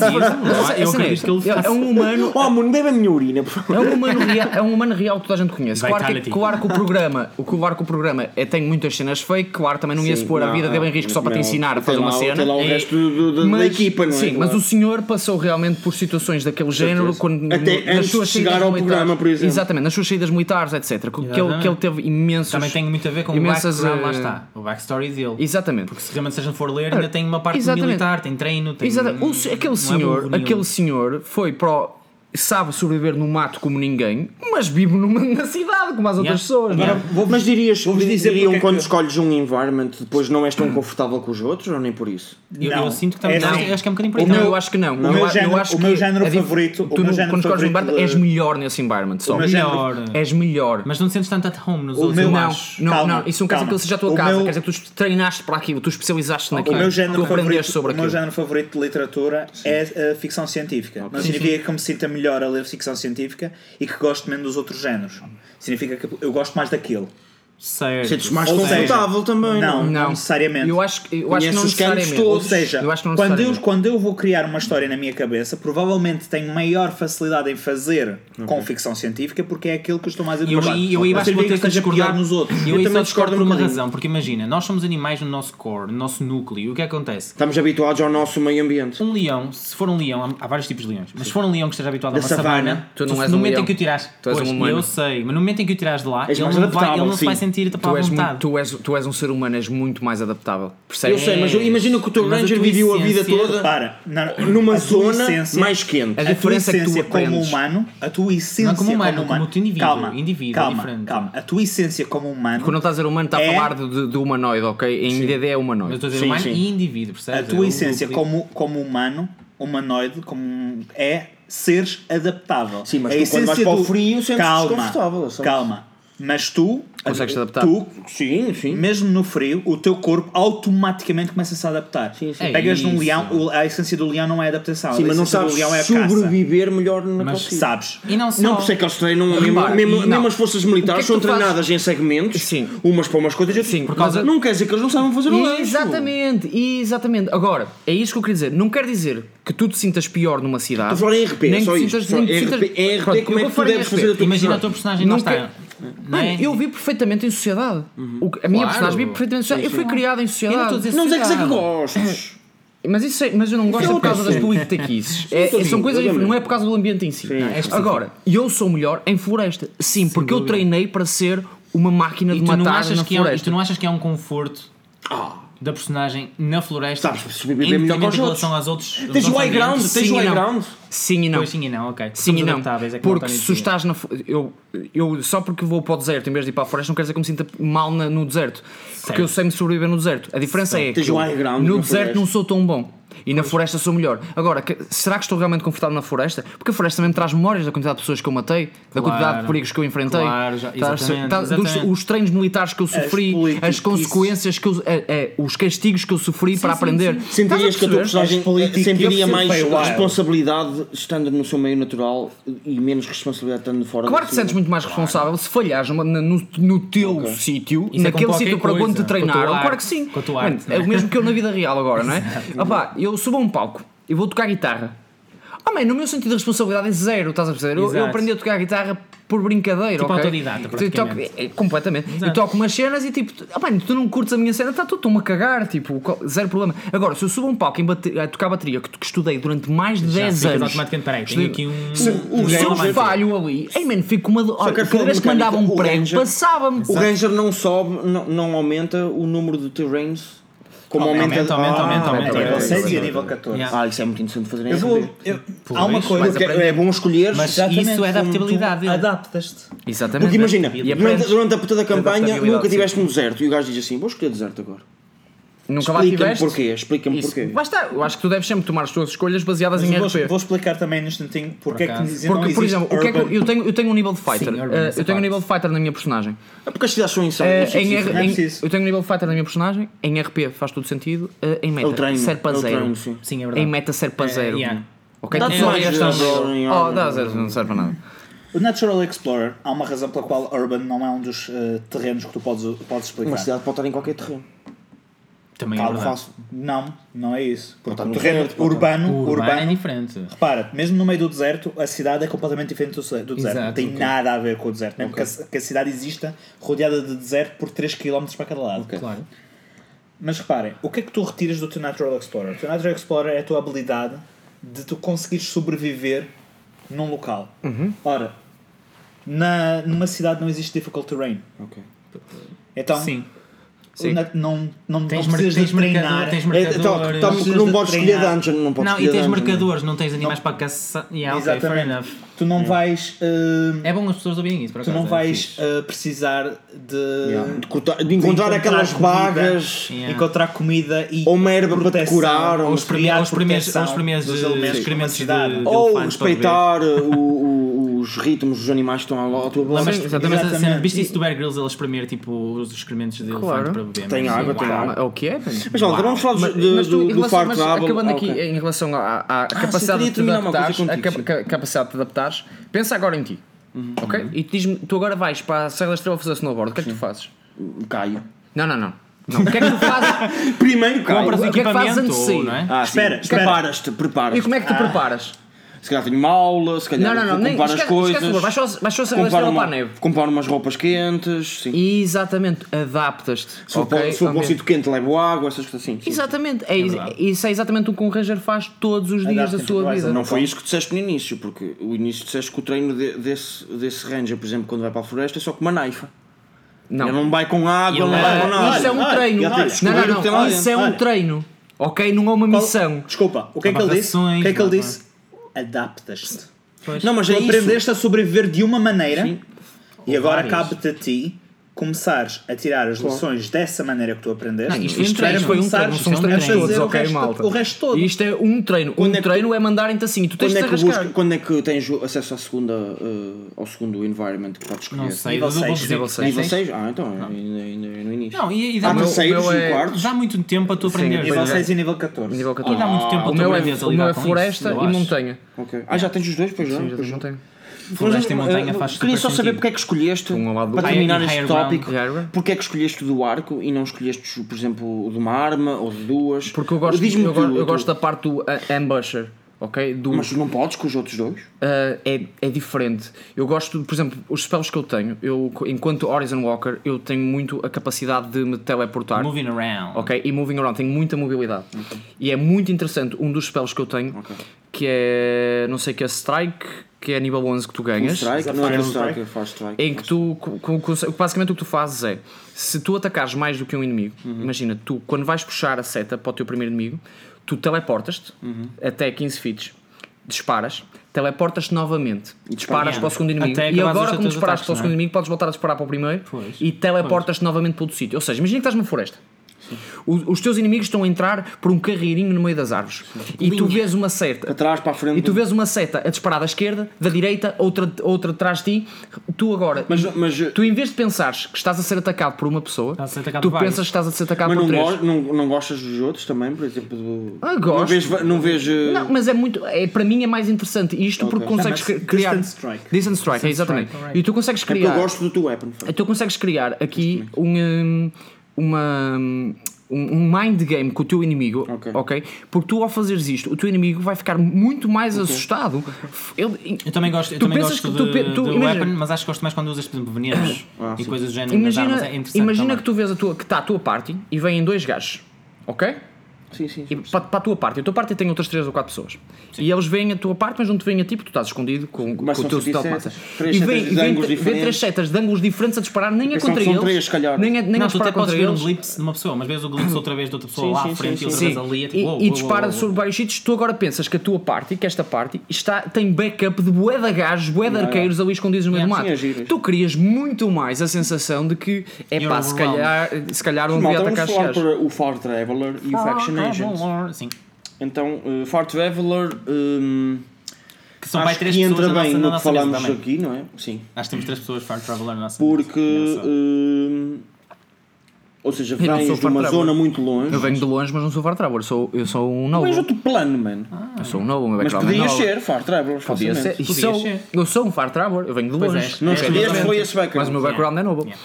S3: Não há-
S5: Mas,
S3: Eu
S5: assim,
S3: acredito que ele
S5: é, é um humano.
S2: Oh, amor, não bebe a minha urina, por favor.
S5: É um, humano real, é um humano real que toda a gente conhece. Claro que, é
S3: Vitality.
S5: claro que o programa, o, claro que o programa é, tem muitas cenas fake, claro também não ia-se
S2: Sim,
S5: pôr a
S2: não, eh,
S5: vida dele em risco só para te
S2: não,
S5: ensinar a
S2: tem
S5: fazer uma
S2: lá-
S5: cena.
S2: Tem lá o
S3: É,
S2: resto do- do- da equipa, não é?
S5: Sim, mas
S2: Claro.
S5: o senhor passou realmente por situações daquele género quando,
S2: Até antes de chegar
S5: saídas
S2: ao
S5: militares.
S2: programa, por exemplo.
S5: Exatamente, nas suas saídas militares, etc. Que, que ele,
S3: Exatamente.
S5: que ele teve imensos.
S3: Também tem muito a ver com
S5: imensas,
S3: o background, lá
S5: eh,
S3: está. O backstory dele.
S5: Exatamente.
S3: Se realmente se a gente for ler, ainda tem uma parte
S5: Exatamente.
S3: militar, tem treino, tem.
S5: Exato. O se-
S3: não
S5: aquele
S3: é
S5: senhor,
S3: burro nenhum.
S5: aquele senhor foi para o- sabe sobreviver no mato como ninguém, mas vive numa, na cidade como as outras pessoas. não é?
S2: Mas dirias,
S4: dizer
S2: diriam
S4: porque é que-
S2: quando escolhes um environment, depois não és tão confortável com os outros, ou nem por isso?
S3: Eu, eu
S4: Não.
S3: sinto que também.
S4: É assim.
S3: eu acho que é um bocadinho por
S5: O
S3: aí.
S5: meu,
S3: também.
S5: Então, eu acho que não.
S4: meu
S5: eu, a-
S4: género-
S5: eu acho
S4: o meu
S5: que
S4: género
S5: é dif-
S4: favorito-
S5: Tu,
S4: o meu
S5: no-
S4: género
S5: quando escolhes um
S4: favorito
S5: barco,
S4: de-
S5: és melhor nesse environment. Só.
S4: meu
S3: melhor.
S5: És melhor.
S3: Mas não te sentes tanto at home nos
S4: O
S3: outros,
S4: meu-
S3: eu
S5: não,
S3: acho.
S5: não,
S4: Calma,
S5: não, isso não quer
S4: calma.
S5: dizer que ele seja a tua
S4: O
S5: casa,
S4: meu-
S5: quer dizer que tu treinaste para aquilo, tu especializaste naquilo,
S4: O meu
S5: tu
S4: género
S5: aprendeste
S4: favorito,
S5: sobre
S4: o meu
S5: aquilo.
S4: género favorito de literatura é a ficção científica. Não significa que eu me sinta melhor a ler ficção científica e que gosto menos dos outros géneros. Significa que eu gosto mais daquele.
S3: Certo.
S2: Sentes É mais
S4: Ou seja,
S2: confortável também,
S4: não.
S2: não?
S5: Não,
S4: necessariamente.
S5: Eu acho, que- eu acho que
S2: Conheces
S5: não
S2: os campos
S5: necessariamente.
S2: todos.
S4: Ou seja,
S5: eu acho que não
S4: quando, eu,
S5: necessariamente.
S4: quando eu vou criar uma história na minha cabeça, provavelmente tenho maior facilidade em fazer com ficção científica porque é aquilo que eu estou mais
S3: E eu,
S4: habituado.
S3: aí- eu aí
S4: Não
S3: acho que vou
S4: significa
S3: ter que
S4: esteja pior
S3: discordar
S4: nos outros.
S3: Eu, aí
S2: também
S3: só discordo
S2: discordo um
S3: por uma
S2: bocadinho.
S3: razão, porque imagina, nós somos animais no nosso core, no nosso núcleo, e o que acontece?
S2: Estamos habituados ao nosso meio ambiente.
S3: Um leão, se for um leão, há- há vários tipos de leões, mas se for um leão que esteja habituado a
S2: Da
S3: uma savana,
S2: savana,
S5: tu não és
S3: no
S5: um
S3: momento
S5: leão.
S3: em que o tiras,
S5: Tu és
S3: pois,
S5: um humano.
S3: eu sei, mas no momento em que o tiras de lá,
S2: És
S3: ele
S2: mais
S3: não, vai, ele
S2: adaptável,
S3: não se vai
S2: sim.
S3: sentir tipo,
S5: Tu
S3: à
S5: és, muito,
S3: vontade.
S5: tu, és, tu és um ser humano, és muito mais adaptável.
S2: Eu
S5: Percebes?
S2: sei, É, mas eu imagino que o teu
S3: Mas a
S2: Ranger
S3: tua
S2: viveu a vida
S3: essência-
S2: toda
S4: Para, na-
S2: numa
S4: a tua
S2: zona
S4: essência-
S2: mais quente.
S5: A
S4: A tua
S5: diferença é que tu
S4: essência como
S5: aprendes.
S4: humano, a tua essência
S3: Não como humano,
S4: como
S3: como tu indivíduo,
S4: calma,
S3: indivíduo, é
S4: calma,
S3: diferente.
S4: calma. A tua essência como humano,
S5: Quando não estás a dizer humano, está a
S4: É.
S5: falar de, de, de humanoide, ok? Em DD é
S3: Mas eu
S5: humanoide.
S3: estou a dizer
S2: Sim,
S3: humano
S2: sim.
S3: e indivíduo,
S4: a
S3: percebes? É
S4: tua
S3: o
S4: essência
S3: núcleo.
S4: como, como humano, humanoide, como é seres adaptável.
S2: Sim, mas
S4: a
S2: tu, quando vais
S4: essência
S2: para o
S4: do-
S2: frio, sentes-te
S4: Calma,
S2: desconfortável, sabes?
S4: Calma. Mas tu,
S5: Consegues-te adaptar.
S4: tu,
S2: Sim, sim.
S4: mesmo no frio, o teu corpo automaticamente começa-se a adaptar.
S2: Sim, sim.
S3: É
S4: Pegas num
S3: isso.
S4: leão, o- a essência do leão não é adaptação,
S2: Sim,
S4: a
S2: assim, mas não
S4: essência
S2: sabes
S4: do leão é a caça.
S2: sobreviver melhor na
S3: Mas
S2: sítio.
S4: Sabes?
S3: E não só.
S2: Não, por isso é que eles treinam, mesmo,
S5: Repara,
S2: mesmo-
S5: não.
S2: mesmo as forças militares
S5: O que é
S2: são
S5: que tu fazes?
S2: treinadas em segmentos,
S5: Sim.
S2: umas para umas coisas e outras.
S5: Sim, por
S2: Por
S5: causa-
S2: causa... Não quer dizer que eles não sabem fazer
S3: um
S2: o lanche.
S5: Exatamente, exatamente. Agora, é isto que eu queria dizer. Não quer dizer que tu te sintas pior numa cidade.
S2: Estou a falar em RP,
S5: nem
S2: só
S5: que
S2: isto.
S5: sintas-
S2: só
S5: nem que
S2: RP,
S5: sintas-
S2: é RP,
S5: Pronto,
S2: como
S5: eu
S2: é
S5: vou
S2: que tu
S5: falar em
S2: deves
S5: RP.
S2: fazer a tua
S3: Imagina
S2: personagem?
S3: a tua personagem, não
S5: Não
S3: está.
S5: quer-
S3: não é?
S5: Mano, eu vivo perfeitamente em sociedade.
S2: Uhum.
S5: O que- a minha
S3: Claro.
S5: personagem vive perfeitamente em sociedade. eu fui criado em
S3: Eu não estou a
S5: sociedade.
S3: dizer
S2: Não sei que sei que
S3: sociedade.
S2: gostes.
S5: Mas, isso é- mas eu não gosto é por
S2: outra
S5: causa das
S2: cena.
S5: politiquices. É-
S2: estou a
S5: são
S2: dizer,
S5: coisas
S2: eu
S5: diferentes,
S2: também.
S5: não é por causa do ambiente em si.
S3: é específico.
S5: Agora, eu sou melhor em floresta. Sim, porque eu
S3: dúvida.
S5: treinei para ser uma máquina
S3: E
S5: de
S3: tu, não
S5: matar
S3: achas
S5: na
S3: que é, um- e
S5: floresta. Ah.
S3: tu não achas que é um conforto? da personagem na floresta.
S2: Sabes, sobreviver melhor que
S3: independentemente
S2: aos
S3: em
S2: outros.
S3: relação aos outros.
S2: Tens o high ground,
S3: ambientes.
S2: tens
S5: Sim
S2: o
S5: e
S2: high
S5: não.
S2: ground.
S5: Sim e não.
S3: Pois sim e não, ok.
S5: Sim e
S3: Somos
S5: não.
S3: adaptáveis, é que o
S5: porque
S3: António
S5: se
S3: dizia.
S5: estás na. fo- Eu, eu, só porque vou para o deserto em vez de ir para a floresta, não quer dizer que eu me sinta mal na- no deserto. Porque eu sei me sobreviver no deserto. A diferença é
S2: Tens
S5: que
S2: um
S5: eu,
S2: high ground
S5: no
S2: na
S5: deserto
S2: floresta.
S5: não sou tão bom. E na floresta sou melhor. Agora, que- será que estou realmente confortável na floresta? Porque a floresta também me traz memórias da quantidade de pessoas que eu matei, da quantidade de perigos que eu enfrentei,
S3: claro, já-
S5: Tás-
S3: exatamente,
S5: tá- dos-
S3: exatamente.
S5: os treinos militares que eu sofri, as,
S2: politiquices.
S5: consequências que eu. é- é, os castigos que eu sofri para aprender. Estás a
S2: Sentirias que a tua
S5: perceber?
S2: personagem
S4: És político,
S2: sentiria
S4: eu
S2: mais
S4: fui paywall.
S2: responsabilidade estando no seu meio natural e menos responsabilidade estando fora do
S5: Claro que te
S2: seu-
S5: sentes muito mais responsável se falhares numa- na- no, no teu sítio,
S3: Isso é
S5: naquele
S3: com
S5: sítio
S3: qualquer
S5: para onde te
S3: coisa, com
S5: treinaram.
S3: a tua
S5: Claro
S3: arte,
S5: que sim.
S3: com a tua
S5: Mano,
S3: arte,
S5: é
S3: né?
S5: o mesmo que eu na vida real agora, não é? Opá, eu subo a um palco e vou tocar guitarra. Ah, man, no meu sentido de responsabilidade é zero, estás a perceber? Eu, eu
S3: Exato.
S5: aprendi a tocar guitarra por brincadeira,
S3: Tipo
S5: ok?
S3: autodidata,
S5: Eu toco-
S3: praticamente.
S5: é, é, completamente. Eu toco umas cenas e tipo, ah, man, tu não curtes a minha cena, tá, tu- estou-me a cagar, tipo, qual- zero problema. Agora, se eu subo a um palco em bate- a tocar bateria, que, que estudei durante mais de
S3: Já
S5: 10
S3: ficas
S5: anos.
S3: automaticamente, peraí, tenho
S5: estudei-
S3: aqui um-
S5: Se,
S3: um
S5: se eu
S3: gajo-
S5: falho ali, ei, mano, fico com uma. do- Olha,
S2: que a
S5: cada vez que
S2: forma
S5: mandava um
S2: mecânica, o
S5: prego,
S2: Ranger-
S5: passava-me.
S2: O Ranger não sobe, não, não aumenta o número de terrains como aumenta.
S3: Aumenta, aumenta,
S2: Ah,
S3: aumenta, aumenta,
S2: ok.
S4: Nível
S3: aumenta.
S4: 6 e a nível 14.
S3: Yeah.
S2: Ah, isso é muito interessante fazer
S4: Eu vou. eu- há uma
S3: isso,
S4: coisa que
S2: É bom escolher
S3: Mas
S4: Exatamente,
S3: isso é adaptabilidade.
S4: tu
S3: dele.
S4: Adaptas-te.
S5: Exatamente.
S2: Porque imagina,
S5: E
S2: durante,
S5: é aprendes,
S2: durante a puta da campanha
S5: Adaptabilidade,
S2: nunca estiveste
S5: sim.
S2: no deserto e o gajo diz assim: vou escolher deserto agora.
S5: nunca lá
S2: Explica-me
S5: tiveste.
S2: porquê, explica-me
S5: Isso.
S2: porquê.
S5: Basta, eu acho que tu deves sempre tomar as tuas escolhas baseadas em
S4: Mas eu
S5: RP.
S4: Vou, vou explicar também no instantinho porque é que
S3: acaso.
S4: dizem não
S5: Porque, por
S4: existe
S5: exemplo, o que é que eu,
S4: urban.
S5: eu tenho, eu tenho um nível de fighter.
S3: Sim,
S5: eh,
S3: urban, essa
S5: eu tenho um
S3: parte.
S5: nível de fighter na minha personagem.
S2: É porque as cidades são insanas.
S5: Eh,
S2: isso é
S5: em
S2: preciso.
S5: R-
S4: não é
S5: em-
S4: preciso.
S5: eu tenho um nível de fighter na minha personagem. Em RP faz todo sentido. eh, em meta
S2: É o treino.
S5: serve para
S2: é o
S5: zero.
S2: treino, sim.
S3: Sim, é
S5: em
S3: verdade.
S5: meta serve para
S3: Eh,
S5: zero.
S3: yeah.
S5: Ok?
S2: Dá-te
S5: Tu só
S2: mais
S5: gastas-
S2: zero em
S5: Oh,
S2: ordem.
S5: dá zero, não serve para nada.
S4: O Natural Explorer, há uma razão pela qual Urban não é um dos eh, terrenos que tu podes, podes
S2: Uma
S4: explicar.
S2: cidade pode estar em qualquer terreno.
S3: Também é
S4: Calma,
S3: verdade.
S2: Fácil.
S4: Não, não é isso. Porque
S2: Pode estar
S4: o
S2: no
S4: terreno
S2: deserto, pode
S4: urbano,
S5: um
S3: O
S4: urbano,
S3: urbano é diferente.
S4: Repara, mesmo no meio do deserto, a cidade é completamente diferente do do deserto. não
S3: Exato,
S4: tem
S3: ok.
S4: nada a ver com o deserto. Mesmo que, a, que a cidade exista rodeada de deserto por 3 km para cada lado.
S3: Claro.
S4: Mas reparem, o que é que tu retiras do teu Natural Explorer? O teu Natural Explorer é a tua habilidade de tu conseguires sobreviver num local.
S3: Uhum.
S4: Ora, na, numa cidade não existe difficult terrain.
S2: Ok.
S4: Então,
S3: Sim.
S4: o nat- não, não,
S3: Tens,
S4: não
S3: mar
S4: precisas
S3: tens
S4: de treinar.
S3: marcador, tens
S2: É,
S5: eh,
S2: tá-
S3: marcadores.
S2: tá-
S4: precisas
S2: não
S4: de
S2: podes escolher
S4: treinar.
S2: dungeon, não podes
S3: Não, e
S2: escolher
S3: tens
S2: dungeon.
S3: marcadores, não tens animais para caçar. Yeah, ok, fair
S4: Exatamente.
S3: enough.
S4: tu não vais... eh,
S3: É bom as pessoas ouvirem isso, por
S4: Tu
S3: acaso.
S4: não
S3: é
S4: vais
S3: fixe.
S4: eh, precisar de,
S2: Yeah.
S5: eh,
S2: De, cortar- de encontrar
S4: de
S2: aquelas
S4: comida,
S2: vagas.
S3: Yeah.
S4: encontrar comida e
S2: Ou uma erva para
S4: proteção,
S2: decorar, ou um
S4: criar
S2: os
S3: prime- ou os primeiros-
S4: proteção
S3: ou os primeiros,
S4: dos
S3: eh,
S4: elementos
S3: excrementos
S4: de uma cidade.
S3: de-
S2: Ou
S3: Elefantes,
S2: respeitar eh, o- o- os ritmos dos animais que estão à à tua volta.
S5: Sim,
S3: Também
S5: exatamente.
S3: essa cena,
S4: Exatamente.
S3: viste isso do Bear Grylls, eles espremer tipo os excrementos de elefante
S5: Claro.
S3: para beber.
S2: Tem
S3: mas,
S2: água,
S3: sim,
S2: tem
S3: uau.
S2: água.
S5: É o que é, mano.
S2: Mas Walter, vamos falar
S5: Mas-
S2: de- de-
S5: mas tu, em
S2: do, do
S5: relação-
S2: farto
S5: mas
S2: da Abel.
S5: Acabando
S2: Ah,
S5: aqui eh,
S2: ok. Ah,
S5: em relação à- à, à capacidade
S2: queria
S5: de te
S2: terminar uma coisa
S5: adaptares, a
S2: contigo, Uhum,
S5: capa- ca- capacidade de te adaptares, pensa agora em ti. Ok? E tu diz-me, tu agora vais para a Serra da Estrela fazer snowboard, o que é que tu fazes?
S2: Caio.
S5: Não, não, não. Não, O que é que tu fazes?
S2: Primeiro Caio.
S5: Compras-
S3: Mas
S5: O que é que fazes antes de
S3: equipamento,
S5: sair?
S3: não é?
S2: Ah,
S4: Espera,
S2: sim.
S4: espera.
S2: Preparas-te,
S5: E
S2: preparas-te.
S5: como é que te preparas?
S2: Se calhar tenho uma aula, se calhar
S5: Não, não, não,
S2: vou
S5: nem
S2: É, comprar as
S5: esquece-
S2: coisas.
S5: esquece o- vais só- vais só sair da
S2: comprar
S5: estrela
S2: uma-
S5: para a neve.
S2: Comprar umas roupas quentes, sim.
S5: Exatamente, adaptas-te.
S2: Se for
S5: ok?
S2: para- se for para um
S5: Ambiente.
S2: sítio quente, levo água, essas coisas assim. sim.
S5: Exatamente, é, isso é exatamente o que um Ranger faz todos os dias da
S4: Adapta-te,
S5: sua
S4: vais
S5: vida.
S2: Não foi isso que disseste no início, porque o início disseste que o treino de- desse, desse ranger, por exemplo, quando vai para a floresta, é só com uma naifa.
S5: Não.
S2: Ele não vai com água,
S3: Ele
S2: não vai
S3: vai-
S2: com nada.
S5: Isso é um
S4: olha,
S5: treino.
S2: olha,
S5: Não,
S2: olha,
S5: não, não.
S2: olha,
S5: Isso é um
S4: olha.
S5: treino. Ok? Não é uma missão.
S4: Desculpa, o que é que ele disse? O que é que ele
S3: Adaptações,
S4: disse? Adaptas-te.
S2: Não, mas
S4: Tu
S2: é isso.
S4: aprendeste a sobreviver de uma maneira e agora
S3: várias.
S4: cabe-te a ti começares a tirar as lições dessa maneira que tu aprendeste.
S5: Não, isto
S4: e
S5: foi um treino,
S4: para
S5: foi um
S4: começares
S5: treino, são os
S4: a
S5: treinos
S4: fazer
S5: todos,
S4: o
S5: ok,
S4: resto-
S5: malta.
S4: O resto todo.
S5: E isto é um treino.
S2: Quando
S5: um
S2: é que
S5: treino é mandarem-te assim. Tu tens
S2: Quando
S5: de
S2: é,
S5: te
S2: que
S5: arrascar.
S2: busca, quando é que tens o acesso à segunda, eh, ao segundo environment que podes escolher?
S3: Não sei,
S4: Nível
S3: eu vou
S4: seis,
S3: dizer-
S5: nível seis.
S2: Nível 6? Ah, então, ainda, ainda é no início.
S3: Não, e, e
S2: Há
S3: dá,
S5: meu-
S3: muito,
S2: terceiros
S5: o meu
S2: e
S5: é-
S2: quartos?
S3: dá muito tempo a tu aprenderes.
S5: pois
S4: Nível
S5: é.
S3: a-
S4: 6 e nível 14.
S5: Nível
S3: E
S5: 14.
S3: dá muito tempo
S5: O
S3: a tu
S5: meu é,
S3: aprenderes a
S5: o meu
S3: lidar
S5: é
S3: com
S5: floresta
S3: isso, eu
S5: e
S3: acho.
S5: montanha.
S2: Ok. Ah, já tens os dois, pois já.
S5: Sim, já um
S2: pois
S5: tens
S2: já.
S5: montanha.
S3: Floresta e
S2: Mas,
S3: montanha
S2: eh,
S3: faz
S2: Queria
S3: super
S2: só saber
S3: sentido.
S2: porque é que escolheste,
S5: Um ao lado do
S2: para
S5: outro.
S2: terminar
S3: Higher-
S2: este
S3: higher
S2: tópico,
S5: ground. Higher ground.
S2: porque é que escolheste o do arco e não escolheste, por exemplo, o de uma arma ou de duas?
S5: Porque eu gosto,
S2: Diz-me
S5: eu,
S2: tu,
S5: go-
S2: tu.
S5: eu gosto da parte do uh, ambusher. Ok? Do,
S2: Mas tu não podes com os outros dois?
S5: Uh, é, é diferente. Eu gosto, por exemplo, os spells que eu tenho, eu, enquanto Horizon Walker, eu tenho muito a capacidade de me teleportar.
S3: Moving around.
S5: Ok? E moving around, tenho muita mobilidade. E é muito interessante um dos spells que eu tenho, que é. não sei que é Strike, que é nível 11 que tu ganhas.
S2: Strike, não é no strike, faz strike.
S5: Em que tu, co- co- co- basicamente o que tu fazes é, se tu atacares mais do que um inimigo, imagina, tu quando vais puxar a seta para o teu primeiro inimigo, tu teleportas-te
S3: Uhum.
S5: até 15 feet, disparas, teleportas-te novamente, disparas
S3: Yeah.
S5: para o segundo inimigo,
S3: Até
S5: e
S3: acabares
S5: agora
S3: os
S5: como
S3: teus
S5: disparaste
S3: ataques,
S5: para o
S3: não é?
S5: segundo inimigo, podes voltar a disparar para o primeiro
S3: Pois.
S5: e teleportas-te novamente para outro sítio. Ou seja, imagina que estás numa floresta. O- os teus inimigos estão a entrar por um carreirinho no meio das árvores e tu vês uma seta
S2: Para trás, para a frente.
S5: e tu vês uma seta a disparar da esquerda, da direita, outra, outra atrás de ti. Tu agora,
S2: Mas, mas,
S5: tu em vez de pensares que estás a ser atacado por uma pessoa,
S3: Estás a ser atacado
S5: tu
S3: por vários.
S5: pensas que estás a ser atacado
S2: mas
S5: por
S2: não,
S5: três.
S2: go- não, não gostas dos outros também, por exemplo? Do...
S5: Ah,
S2: Não
S5: gosto.
S2: vejo. Não eh, vejo
S5: Não, mas é muito. É, para mim é mais interessante isto porque
S2: Ok.
S5: consegues
S4: Chama-se
S5: cri- criar.
S4: Distant Strike.
S5: Distant Strike, é, exatamente. E tu consegues
S2: é porque eu
S5: criar.
S2: gosto do teu weapon. Fred.
S5: Tu consegues criar aqui um, hum, uma. hum, Um um mind game com o teu inimigo,
S2: Ok.
S5: ok? Porque tu, ao fazeres isto, o teu inimigo vai ficar muito mais assustado. Ele,
S3: Eu também gosto, eu
S5: Tu
S3: também
S5: pensas
S3: gosto
S5: que
S3: de,
S5: tu pe- tu-
S3: do
S5: imagina-
S3: weapon, mas acho que gosto mais quando usas, por exemplo, venenos
S2: Ah,
S3: e coisas do género. nas
S5: Imagina,
S3: armas. É interessante
S5: imagina que
S3: também.
S5: tu vês a tua, que está a tua party e vêm dois gajos, ok?
S2: Sim, sim.
S5: E
S2: sim.
S5: para, para a tua parte, a tua parte tem outras 3 ou 4 pessoas. E eles vêm a tua parte, mas não te vêm a ti porque tu estás escondido com, com
S2: Mas
S5: o
S2: são
S5: teu
S2: três
S5: stealth
S2: setas.
S5: massa.
S2: Três
S5: E
S2: setas
S5: vem,
S2: de
S5: e vem,
S2: ângulos
S5: vem três
S2: diferentes.
S5: setas de ângulos diferentes a disparar, nem é
S2: São-
S5: contra
S2: são
S5: eles.
S2: três, se calhar.
S5: Nem é, nem é
S3: Não, tu
S5: disparar
S3: até podes
S5: contra
S3: ver um
S5: eles.
S3: glitch de uma pessoa, mas vês o glitch outra vez de outra pessoa
S2: Sim,
S3: lá
S2: sim,
S3: à frente
S2: sim, Ah,
S3: e outra
S5: Sim.
S3: vez ali. É tipo,
S5: e,
S3: uou,
S5: e
S3: uou,
S5: dispara
S3: uou, uou.
S5: sobre vários sítios. Tu agora pensas que a tua parte, que esta parte, está, tem backup de bué de gajos, bué de
S2: Yeah.
S5: arqueiros ali escondidos no meio
S2: Yeah.
S5: do
S2: Sim, é
S5: mato.
S2: giro.
S5: tu crias muito mais a sensação de que é
S3: You're
S5: pá, se
S3: overwhelmed.
S5: calhar, se calhar não devia
S2: Malta, é um vamos
S5: atacar estes
S2: falar
S5: gajos. tá
S2: para o Far Traveler e o Faction Agent.
S3: Sim.
S2: Então, eh, Far Traveler. hum,
S3: Que são
S2: acho
S3: mais três
S2: que
S3: pessoas
S2: entra
S3: na
S2: bem no
S3: nossa, na
S2: que
S3: nossa mesa
S2: falamos
S3: também.
S2: aqui, não é? Sim.
S3: Acho que temos três pessoas Far Traveler na nossa
S2: Porque.
S3: mesa. Engraçado.
S2: hum, ou seja,
S5: não sou
S2: vens de
S5: Far
S2: uma
S5: Traveler.
S2: zona muito longe.
S5: Eu venho de longe, mas não sou Far Traveler, sou, eu sou um novo.
S2: Mas outro plano, mano.
S5: Eu sou um novo, o meu
S2: Mas
S5: background é
S2: podias
S5: novo.
S2: ser Far Traveler.
S5: Podia
S2: facilmente.
S5: ser. E
S3: Podias
S5: sou-
S3: ser.
S5: eu sou um Far Traveler, eu venho de
S3: Pois é,
S5: longe.
S2: Não
S3: É,
S2: escolheste,
S3: exatamente.
S2: foi esse
S5: Mas
S2: background.
S5: o meu background é novo.
S3: Yeah.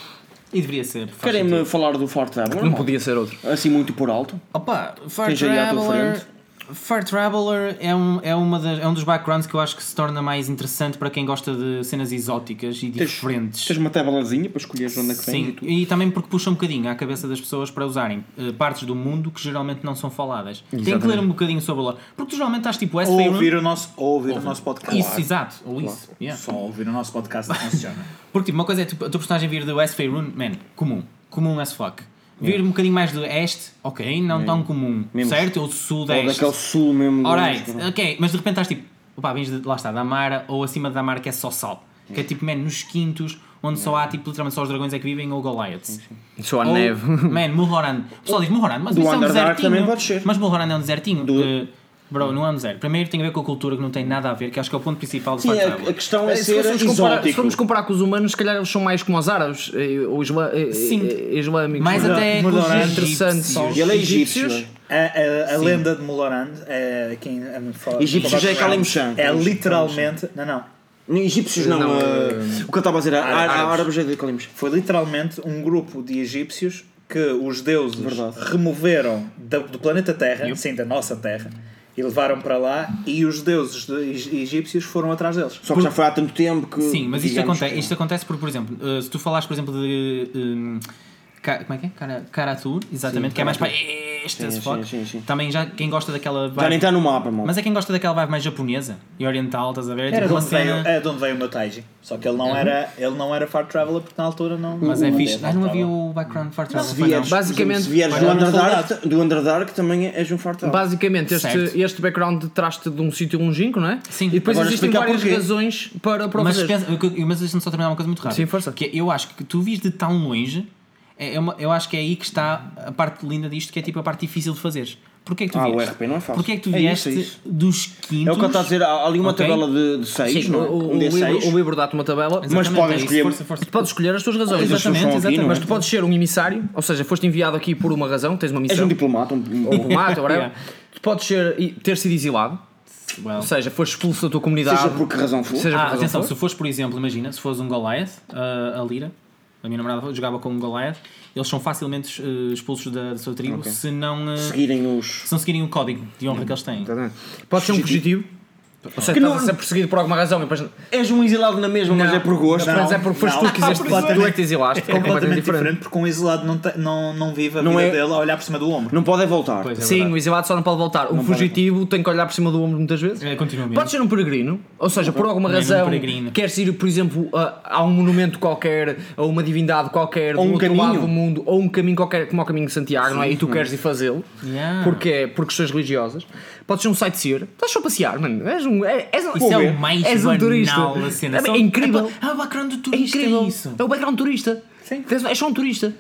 S3: E deveria ser. faz
S2: Querem-me falar do Far Traveler?
S5: Não
S2: mal?
S5: podia ser outro.
S2: Assim muito por alto.
S3: Opa, Far
S2: Tens aí à tua
S3: Traveler.
S2: frente.
S3: Far Traveler é um, é, uma das, é um dos backgrounds que eu acho que se torna mais interessante para quem gosta de cenas exóticas e
S2: Tens-
S3: diferentes.
S2: Tens uma tabelazinha para escolher onde é que vem e
S3: Sim,
S2: tudo.
S3: e, também porque puxa um bocadinho à cabeça das pessoas para usarem eh, partes do mundo que geralmente não são faladas. Tem que ler um bocadinho sobre lá. Porque tu geralmente estás tipo, essa
S4: Ou
S3: foi uma-
S4: ouvir o nosso, ou ouvir o nosso podcast.
S3: Isso, exato, ou isso. yeah.
S4: Só ouvir o nosso podcast não funciona.
S3: Porque tipo, uma coisa é tipo, a tua personagem vir do West Faerun, man, comum. Comum as fuck. Vir um bocadinho mais do Este, ok, não tão comum,
S2: Mesmo-
S3: certo? Ou do
S2: Ou
S3: Sudeste.
S2: daquele sul mesmo.
S3: Alright, ok, mas de repente estás tipo, opá, vens de, lá está, da Mara ou acima da Mara que é só sal. Que é tipo, man, nos quintos, onde só há tipo, literalmente só os dragões é que vivem ou Goliaths.
S5: Sou a
S3: Ou,
S5: neve.
S2: É
S3: Man, Mulhoran. O pessoal diz Mulhoran, mas
S2: Do
S3: isso é um
S2: Underdark
S3: desertinho.
S2: também pode ser.
S3: Mas Mulhoran é um desertinho. Eh, bro, não é um deserto. Primeiro tem a ver com a cultura que não tem nada a ver, que acho que é o ponto principal do
S2: Sim,
S3: Far
S2: a,
S3: Traveler.
S2: a questão é
S5: Se
S2: ser
S5: fôssemos comparar, se
S2: exótico.
S5: formos comparar com os humanos, se calhar eles são mais como os árabes eh, ou isla, eh,
S3: Sim.
S5: eh, islâmicos.
S3: Mais
S5: não é?
S3: até com
S4: Mulhoran
S3: os
S4: é
S5: interessante.
S3: egípcios.
S2: E ele é egípcio.
S5: Egípcios?
S4: A, a- a lenda de Molorand é quem é, fala-
S2: Egípcios
S4: fala-
S2: é Kalimshan.
S4: É literalmente. Não, não.
S2: Não, egípcios não.
S5: Não,
S2: eh, o que eu estava a dizer, a- a- a-
S4: árabes.
S2: árabes é de Calimes.
S4: Foi literalmente um grupo de egípcios que os deuses
S2: Verdade.
S4: removeram da- do planeta Terra, sim, da nossa Terra, e levaram para lá, e os deuses de- eg- egípcios foram atrás deles.
S2: Só que já foi há tanto tempo que.
S3: Sim, mas isto,
S2: digamos
S3: aconte-
S2: que- é.
S3: isto acontece porque, por exemplo, eh, se tu falares, por exemplo, de. hum, Ka- como é que é? Cara- Karatur, exatamente, que é mais para este
S2: Sim,
S3: as
S2: sim,
S3: fuck.
S2: sim, sim.
S3: Também já quem gosta daquela vibe.
S2: Já nem está no mapa, mal.
S3: Mas é quem gosta daquela vibe mais japonesa e oriental, estás a ver? É
S4: Era de
S3: tipo uma
S4: onde, veio,
S3: cena-
S4: é de onde veio o meu Taiji. Só que ele não era, ele não era Far Traveler porque na altura não.
S3: Mas é
S4: não
S3: fixe.
S4: era
S3: Ah,
S4: Far
S3: não
S2: tá
S3: havia
S4: Traveler.
S3: o background Far Travel.
S2: Se
S3: pois não.
S2: vieres,
S5: Basicamente-
S2: se vieres do
S4: Olha,
S2: Underdark, do Underdark também és um fartal.
S5: Basicamente,
S3: Certo.
S5: este, este background traz-te de um sítio longínquo, não é?
S3: Sim.
S5: E depois
S2: Agora
S5: existem
S2: explicar
S5: várias
S2: porquê.
S5: razões para, para o
S3: mas
S5: fazer.
S3: pensa, eu- eu- mas deixa-me só terminar uma coisa muito rápida.
S5: Sim, força.
S3: Que é, eu acho que tu viste de tão longe, é é uma- eu acho que é aí que está a parte linda disto, que é tipo a parte difícil de fazer. Porquê é que tu
S2: Ah,
S3: vieste?
S2: o RP não é fácil.
S3: Porquê é que tu
S2: É
S3: vieste
S2: isso, é isso.
S3: dos quintos?
S2: É o que eu estou a dizer, há ali uma
S3: Ok.
S2: tabela de 6,
S5: Sim, o,
S2: não é?
S5: o-
S2: Um
S5: o livro,
S2: D6.
S5: o livro dá-te uma tabela.
S3: Exatamente,
S2: mas podem
S3: é isso.
S2: escolher-
S3: Força, força.
S5: Tu podes escolher as tuas razões.
S2: Mas
S3: Exatamente,
S2: eles são aqui, não é?
S3: exatamente.
S5: Mas tu podes ser um emissário, ou seja, foste enviado aqui por uma razão, tens uma
S2: És
S5: missão.
S2: um diplomata, um,
S5: ou
S2: um,
S5: com mata, whatever.
S3: Yeah.
S5: Tu podes ser, e- ter sido exilado,
S3: Well.
S5: ou seja, foste expulso da tua comunidade.
S2: seja por que razão for.
S5: seja por
S3: Ah,
S5: razão
S3: atenção,
S5: for.
S3: se fores, por exemplo, imagina, se fores um Goliath, uh, a- a Lira, a minha namorada jogava com um Goliath, eles são facilmente eh, expulsos da, da sua tribo se não eh,
S2: seguirem os. Tá
S3: se não seguirem o código de honra que eles têm.
S5: Exatamente. Podes ser um fugitivo, Ou seja,
S2: Que
S5: estás
S2: não-
S5: a ser perseguido por alguma razão e depois.
S2: És um exilado na mesma, mas é por gosto.
S5: Mas é porque foste tu que quiseste, tu é que te exilaste.
S4: É completamente diferente. porque um exilado não, te- não, não vive a
S2: Não
S4: vida
S2: é-
S4: dele a olhar por cima do ombro.
S2: Não pode é voltar.
S3: Pois é
S5: Sim, o
S3: verdade.
S5: exilado só não pode voltar. O fugitivo tem que olhar por cima do ombro muitas vezes.
S3: É, continua mesmo.
S5: Pode ser um peregrino, ou seja, por alguma
S3: Mesmo um
S5: razão,
S3: peregrino.
S5: queres ir, por exemplo, a, a um monumento qualquer, a uma divindade qualquer,
S2: Ou
S5: do
S2: um
S5: outro
S2: caminho.
S5: lado do mundo, ou um caminho qualquer, como o caminho de Santiago, não é? E tu queres ir fazê-lo,
S3: Yeah.
S5: porque é por questões religiosas. Pode ser um sightseer, estás só a passear, mano. És um, é- és um,
S3: Isso é
S5: Pô,
S3: o mais
S5: és um
S3: banal
S5: turista.
S3: da cena.
S5: É,
S3: Só-
S5: bem, é incrível.
S3: É, ah, o background do
S5: É
S3: turista é,
S5: incrível.
S3: isso.
S5: É o background turista. Tens- És só um turista.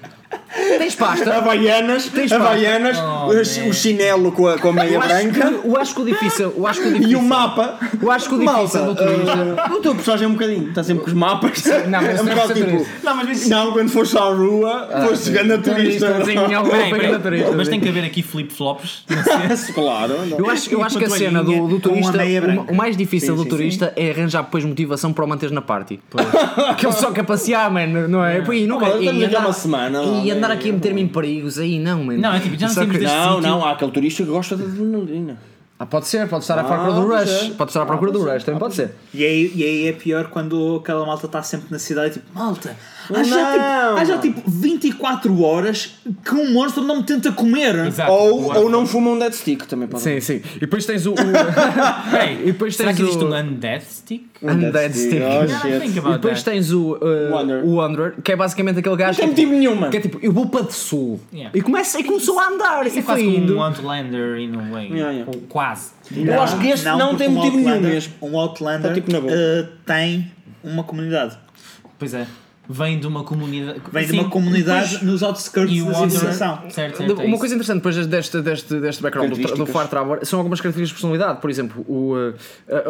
S5: Tens pasta.
S2: Havaianas,
S5: Tens
S2: Havaianas,
S3: Oh,
S2: o chinelo com a, com a meia
S5: Eu acho, que,
S2: branca
S5: eu acho que o difícil. Eu acho que o difícil.
S2: e o mapa.
S5: Eu acho que o
S2: Malta,
S5: difícil do turista.
S2: ah, o teu personagem é um bocadinho, está sempre com os mapas.
S5: não, mas
S2: é um
S5: não Ah,
S2: bocado
S5: é ser
S2: tipo,
S5: turista.
S2: não, quando foste à rua, foste chegando a turista.
S5: Turista, sim,
S2: não. é?
S5: não,
S3: Peraí, peraí,
S5: não, é turista,
S3: mas
S5: sim.
S3: tem que haver aqui flip-flops.
S2: Claro, não.
S5: Eu acho, eu acho que a
S3: Uma
S5: cena
S4: toalhinha
S5: do, do
S4: com uma
S5: turista,
S4: meia
S5: o ma-
S4: branca.
S5: o mais difícil
S4: Sim,
S5: do
S4: sim,
S5: turista é arranjar depois motivação para o manteres na party. Que ele só quer passear, mano, não é? Pô, E, nunca,
S2: Oh, mano,
S5: e
S2: estamos aqui há
S5: andar,
S2: uma semana,
S5: e
S2: mano.
S5: andar aqui a meter-me em perigos, aí não, mano.
S3: Não, é tipo, já não
S5: Só
S3: temos
S5: que-
S3: desse-
S2: Não,
S3: sítio-
S2: não, há aquele turista que gosta de adrenalina.
S5: Ah, pode ser, pode estar à procura
S2: Ah,
S5: do
S2: pode
S5: Rush.
S2: ser.
S5: Pode estar à procura do Rush, também pode ser.
S4: E aí, e aí é pior quando aquela malta está sempre na cidade tipo, malta, há já, tipo,
S2: Não.
S4: há já tipo 24 horas que um monstro não me tenta comer.
S3: Exato.
S2: Ou,
S3: Boa.
S2: ou não fuma um dead stick também pode
S5: Ah, Sim, sim. E depois tens o. o-
S3: Peraí,
S5: E depois
S3: será
S5: tens
S3: que existe
S5: o-
S3: um Undead Stick?
S2: Um dead
S5: Undead
S2: stick.
S5: stick.
S2: Oh,
S3: Yeah, I think
S2: shit.
S5: E
S3: about
S5: depois
S3: that.
S5: tens o, uh,
S2: Wanderer.
S5: o Wanderer, que é basicamente aquele gajo
S2: tem
S5: que,
S2: motivo nenhum, mano.
S5: que é tipo, eu vou para de sul
S3: Yeah.
S5: e, começa, e começou a andar
S3: Isso
S5: e
S3: é quase
S5: foi
S3: como um
S5: indo.
S3: Outlander in a way.
S2: Yeah, yeah.
S3: Ou quase.
S2: Eu acho que este não,
S4: porque
S2: tem
S4: um
S2: motivo nenhum
S4: Outlander-
S2: mesmo.
S4: Um Outlander
S2: Tá tipo na boa.
S4: eh, tem uma comunidade.
S3: Pois é. Vem de uma comunidade.
S4: Vem de
S3: Sim,
S4: uma comunidade nos outskirts
S3: E o
S2: um
S4: da
S3: Wanderer.
S4: civilização.
S3: Certo, certo,
S5: De-
S3: é
S5: uma
S3: isso.
S5: coisa interessante depois deste, deste, deste background do, do
S2: Características.
S5: Far Traveler são algumas características de personalidade. Por exemplo, o, uh,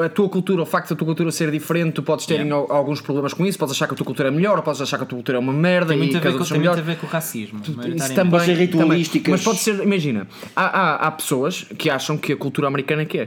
S5: a, a tua cultura, o facto da tua cultura ser diferente, tu podes ter em al- alguns problemas com isso, podes achar que a tua cultura é melhor, ou podes achar que a tua cultura é uma merda
S3: Tem
S5: e
S3: muito, a
S5: que as
S3: ver, com,
S5: outras são
S3: tem muito
S5: melhores.
S3: a ver com o racismo. é?
S5: Isso
S3: maioritariamente.
S5: também,
S2: Pode ser
S5: também.
S2: ritualísticas.
S5: Mas pode ser, imagina, há, há, há pessoas que acham que a cultura americana é que é.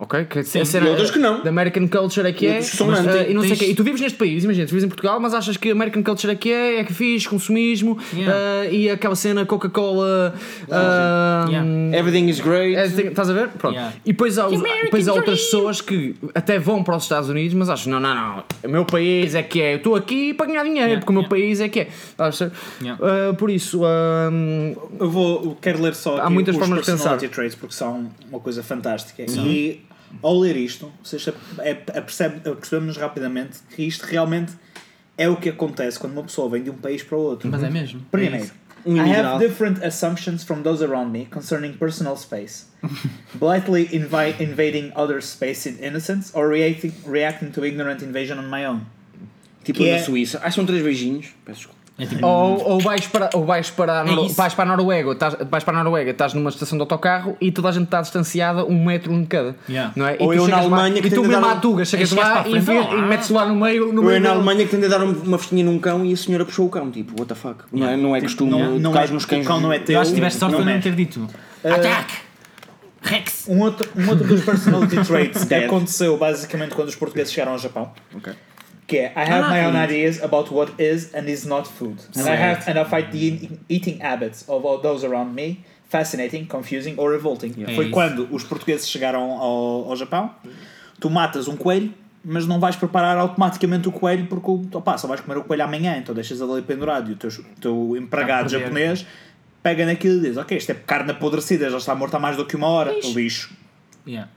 S5: Ok? Que a cena
S2: e outras que não.
S5: Da American culture é que é.
S2: outros que são
S5: mas,
S2: anti.
S5: eh, e, não sei
S3: Tens-
S5: quê. e tu vives neste país, imagina, tu vives em Portugal, mas achas que a American culture é que é, é que fiz, consumismo
S3: Yeah.
S5: eh, e aquela cena Coca-Cola. ah,
S3: Yeah.
S2: Everything is great.
S5: é, tem- Estás a ver? Pronto.
S3: Yeah.
S5: E depois há, os-
S3: American
S5: depois há outras
S3: dream.
S5: pessoas que até vão para os Estados Unidos, mas acham: não, não, não, o meu país é que é, eu estou aqui para ganhar dinheiro,
S3: Yeah,
S5: porque o meu
S3: yeah.
S5: país é que é. Estás a ver?
S3: Yeah.
S5: Ah, por isso, ah,
S4: Eu vou, eu quero ler só
S5: Há
S4: aqui
S5: muitas
S4: os
S5: formas de
S4: personality traits porque são uma coisa fantástica. E ao ler isto, vocês ap- ap- apercebe- apercebemos rapidamente que isto realmente é o que acontece quando uma pessoa vem de um país para o outro.
S3: Mas é mesmo. É
S4: Primeiro,
S3: isso.
S2: Um
S4: I
S2: liberal.
S4: have different assumptions from those around me concerning personal space. Blithely invi- invading other space in innocence or reacting, reacting to ignorant invasion on my own.
S2: Tipo
S4: Que
S2: na
S4: é-
S2: Suíça. Ah, são três beijinhos. Peço desculpa.
S3: É tipo.
S5: Ou, ou vais para, ou vais para, a Nor-
S3: É isso.
S5: vais para a Noruega, estás, vais para a Noruega, estás numa estação de autocarro e toda a gente está distanciada um metro de cada.
S3: Yeah.
S5: Não é?
S2: Ou
S5: e tu
S2: eu na
S5: chegas lá-
S2: Alemanha que
S5: e tu
S2: tenho de
S5: mesmo
S2: dar
S5: à
S2: um-
S5: tuga, chegas
S3: Aí chegas
S5: lá
S3: para a
S5: e,
S3: frente, é?
S5: vê-
S3: olá.
S5: e metes lá no meio. No
S2: Eu ia
S5: meio
S2: na
S5: do-
S2: Alemanha que tentei dar um- uma festinha num cão e a senhora puxou o cão. Tipo, what the fuck. Não é, não é
S3: Tipo,
S2: costume.
S4: Não, não é,
S2: tocares nos
S4: o
S2: cães.
S4: cão não é teu.
S3: Eu acho que tiveste sorte de
S4: é.
S3: não ter dito. Ataque! Rex!
S4: Um outro, um outro dos personality traits que
S2: Dead.
S4: aconteceu basicamente quando os portugueses chegaram ao Japão.
S2: Ok.
S4: Que é, I have
S3: Ah,
S4: my own
S3: sim.
S4: ideas about what is and is not food. And I have and I fight the in- eating habits of all those around me fascinating, confusing or revolting.
S3: É
S4: Foi
S3: isso.
S4: quando os portugueses chegaram ao, ao Japão. Tu matas um coelho, mas não vais preparar automaticamente o coelho porque o- opá, só vais comer o coelho amanhã, então deixas ele ali pendurado e o teu, teu empregado
S3: Está a perder.
S4: japonês pega naquilo e diz: Ok, isto é carne apodrecida, já está morta há mais do que uma hora. Lixo.
S3: Yeah.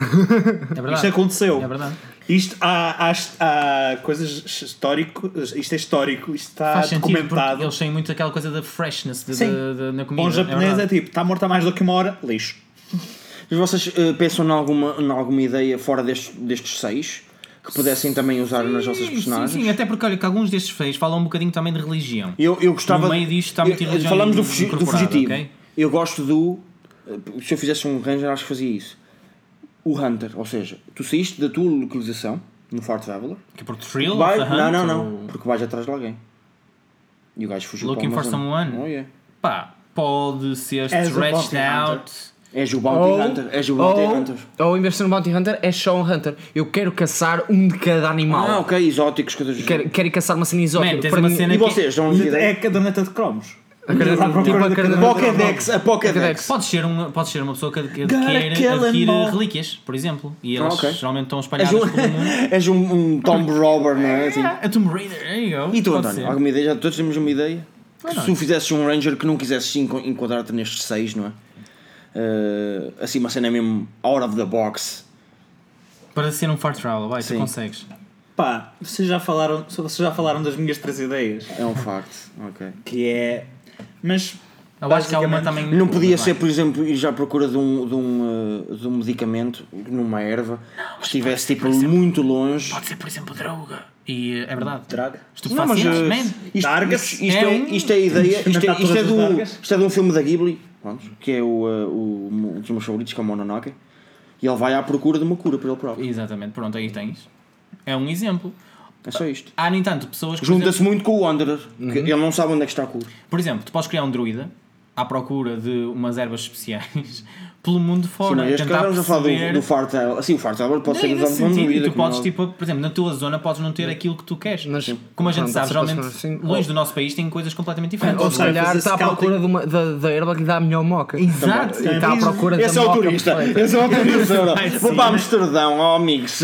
S3: É verdade.
S4: Isto aconteceu.
S3: É verdade.
S4: Isto há, há- há coisas histórico, isto é histórico, isto está
S3: Faz sentido porque
S4: documentado.
S3: eles têm muito aquela coisa da freshness de,
S4: Sim.
S3: de- de- na comida.
S4: Bom japonês é,
S3: verdade.
S4: tipo, está morto há mais do que uma hora, lixo.
S2: E vocês eh, pensam em alguma, em alguma ideia fora deste- destes seis que pudessem também usar nas vossas
S3: Sim, sim,
S2: personagens?
S3: sim, até porque olha que alguns destes feios falam um bocadinho também de religião.
S2: Eu, eu gostava.
S3: No meio disto está muito
S2: Eu- eh,
S3: religião
S2: Falamos do, fugi- do
S3: incorporada,
S2: fugitivo.
S3: ok?
S2: Eu gosto do. eh, Se eu fizesse um Ranger, acho que fazia isso. O Hunter, ou seja, tu saíste da tua localização no Far Traveler.
S3: Que é por thrill,
S2: Vai,
S3: of the
S2: não,
S3: hunt,
S2: não,
S3: ou-
S2: não. Porque vais atrás de alguém. E o gajo fugiu
S3: Looking
S2: para uma
S3: for
S2: zona.
S3: someone?
S2: Oh, yeah.
S3: Pá, pode ser
S4: a
S3: stretched
S4: bounty hunter.
S3: out.
S2: És o Bounty
S5: Ou,
S2: Hunter. És o Bounty
S5: ou,
S2: Hunter.
S5: ou em vez de ser um Bounty Hunter, é só um Hunter. Eu quero caçar um de cada animal.
S2: Ah, ok, exóticos, coisas do
S5: quero,
S2: género.
S5: quero ir caçar uma cena exótica.
S3: Man, tens
S5: para
S3: uma
S5: mim-
S3: cena
S2: E vocês, dão
S4: É que a doneta de cromos.
S5: A carta-
S4: à procura
S5: tipo a
S4: de
S5: carta-
S4: cada-
S2: Pokédex, a Pokédex.
S3: Podes ser, uma, podes ser uma pessoa que adquire,
S4: Gotta kill 'em
S3: adquire
S4: all.
S3: relíquias, por exemplo. E elas
S2: Ah, ok.
S3: geralmente estão
S2: És
S3: espalhadas
S2: um,
S3: pelo mundo.
S2: és um, um Tomb Robber, não é? Assim.
S3: A Tomb Raider, there you go.
S2: E tu,
S3: Pode
S2: António,
S3: ser.
S2: alguma ideia? Já todos temos uma ideia? Que
S3: não.
S2: se tu fizesses um Ranger que não quisesses enco- enquadrar-te nestes seis, não é? Eh, assim, uma cena mesmo out of the box.
S3: Para ser um Far Travel, vai, tu
S2: Sim.
S3: consegues.
S4: Pá, vocês já, falaram, vocês já falaram das minhas três ideias.
S2: É um facto. Ok.
S4: Que é. Mas.
S3: Eu acho que há uma
S4: basicamente,
S3: também.
S2: Não podia
S3: Vai.
S2: ser, por exemplo, ir já à procura de um, de, um, eh, de um medicamento, numa erva, que estivesse tipo muito longe.
S3: Pode ser, por exemplo, droga. E eh, é verdade.
S4: Draga.
S2: Não, mas,
S3: Estupefacientes,
S2: eh,
S3: man.
S2: isto,
S4: Dargas
S2: isto, isto
S3: é
S2: é,
S3: um-
S2: isto é a ideia, isto é,
S4: Experimentar
S2: isto é
S4: todas
S2: do,
S4: as Dargas.
S2: isto é de um filme da Ghibli, pronto, que é o, eh, o, um dos meus favoritos, que é o Mononoke, e ele vai à procura de uma cura para ele próprio.
S3: Exatamente, pronto, aí tens. É um exemplo.
S2: É só isto.
S3: Há, no entanto, pessoas que. por exemplo-
S2: Junta-se muito com o Wanderer,
S3: Uhum.
S2: que ele não sabe onde é que está a cura.
S3: Por exemplo, tu podes criar um druida à procura de umas ervas especiais pelo mundo
S2: Sim,
S3: fora.
S2: mas este
S3: tentar
S2: caso estamos a falar
S3: perceber...
S2: do, do Far Travel. Assim, o Far Travel pode ser
S3: Não, e nesse
S2: usado como
S3: sentido,
S2: dúvida.
S3: tu podes, tipo, por exemplo, na tua zona podes não ter aquilo que tu queres.
S5: Mas-
S3: Como a gente
S5: pronto,
S3: sabe,
S5: se
S3: geralmente
S5: fosse assim,
S3: longe do nosso país tem coisas completamente
S5: Ou
S3: diferentes.
S5: se calhar
S4: fazer
S5: está à
S4: scouting.
S5: procura de uma, da, da erva que lhe dá a melhor moca.
S3: Exato.
S5: E está à procura
S2: Esse é
S5: da
S2: o
S5: moca
S2: turista.
S5: perfeita.
S2: Esse é o turista.
S3: Ai,
S2: Vou
S3: sim.
S2: para Amsterdão, ó amigos.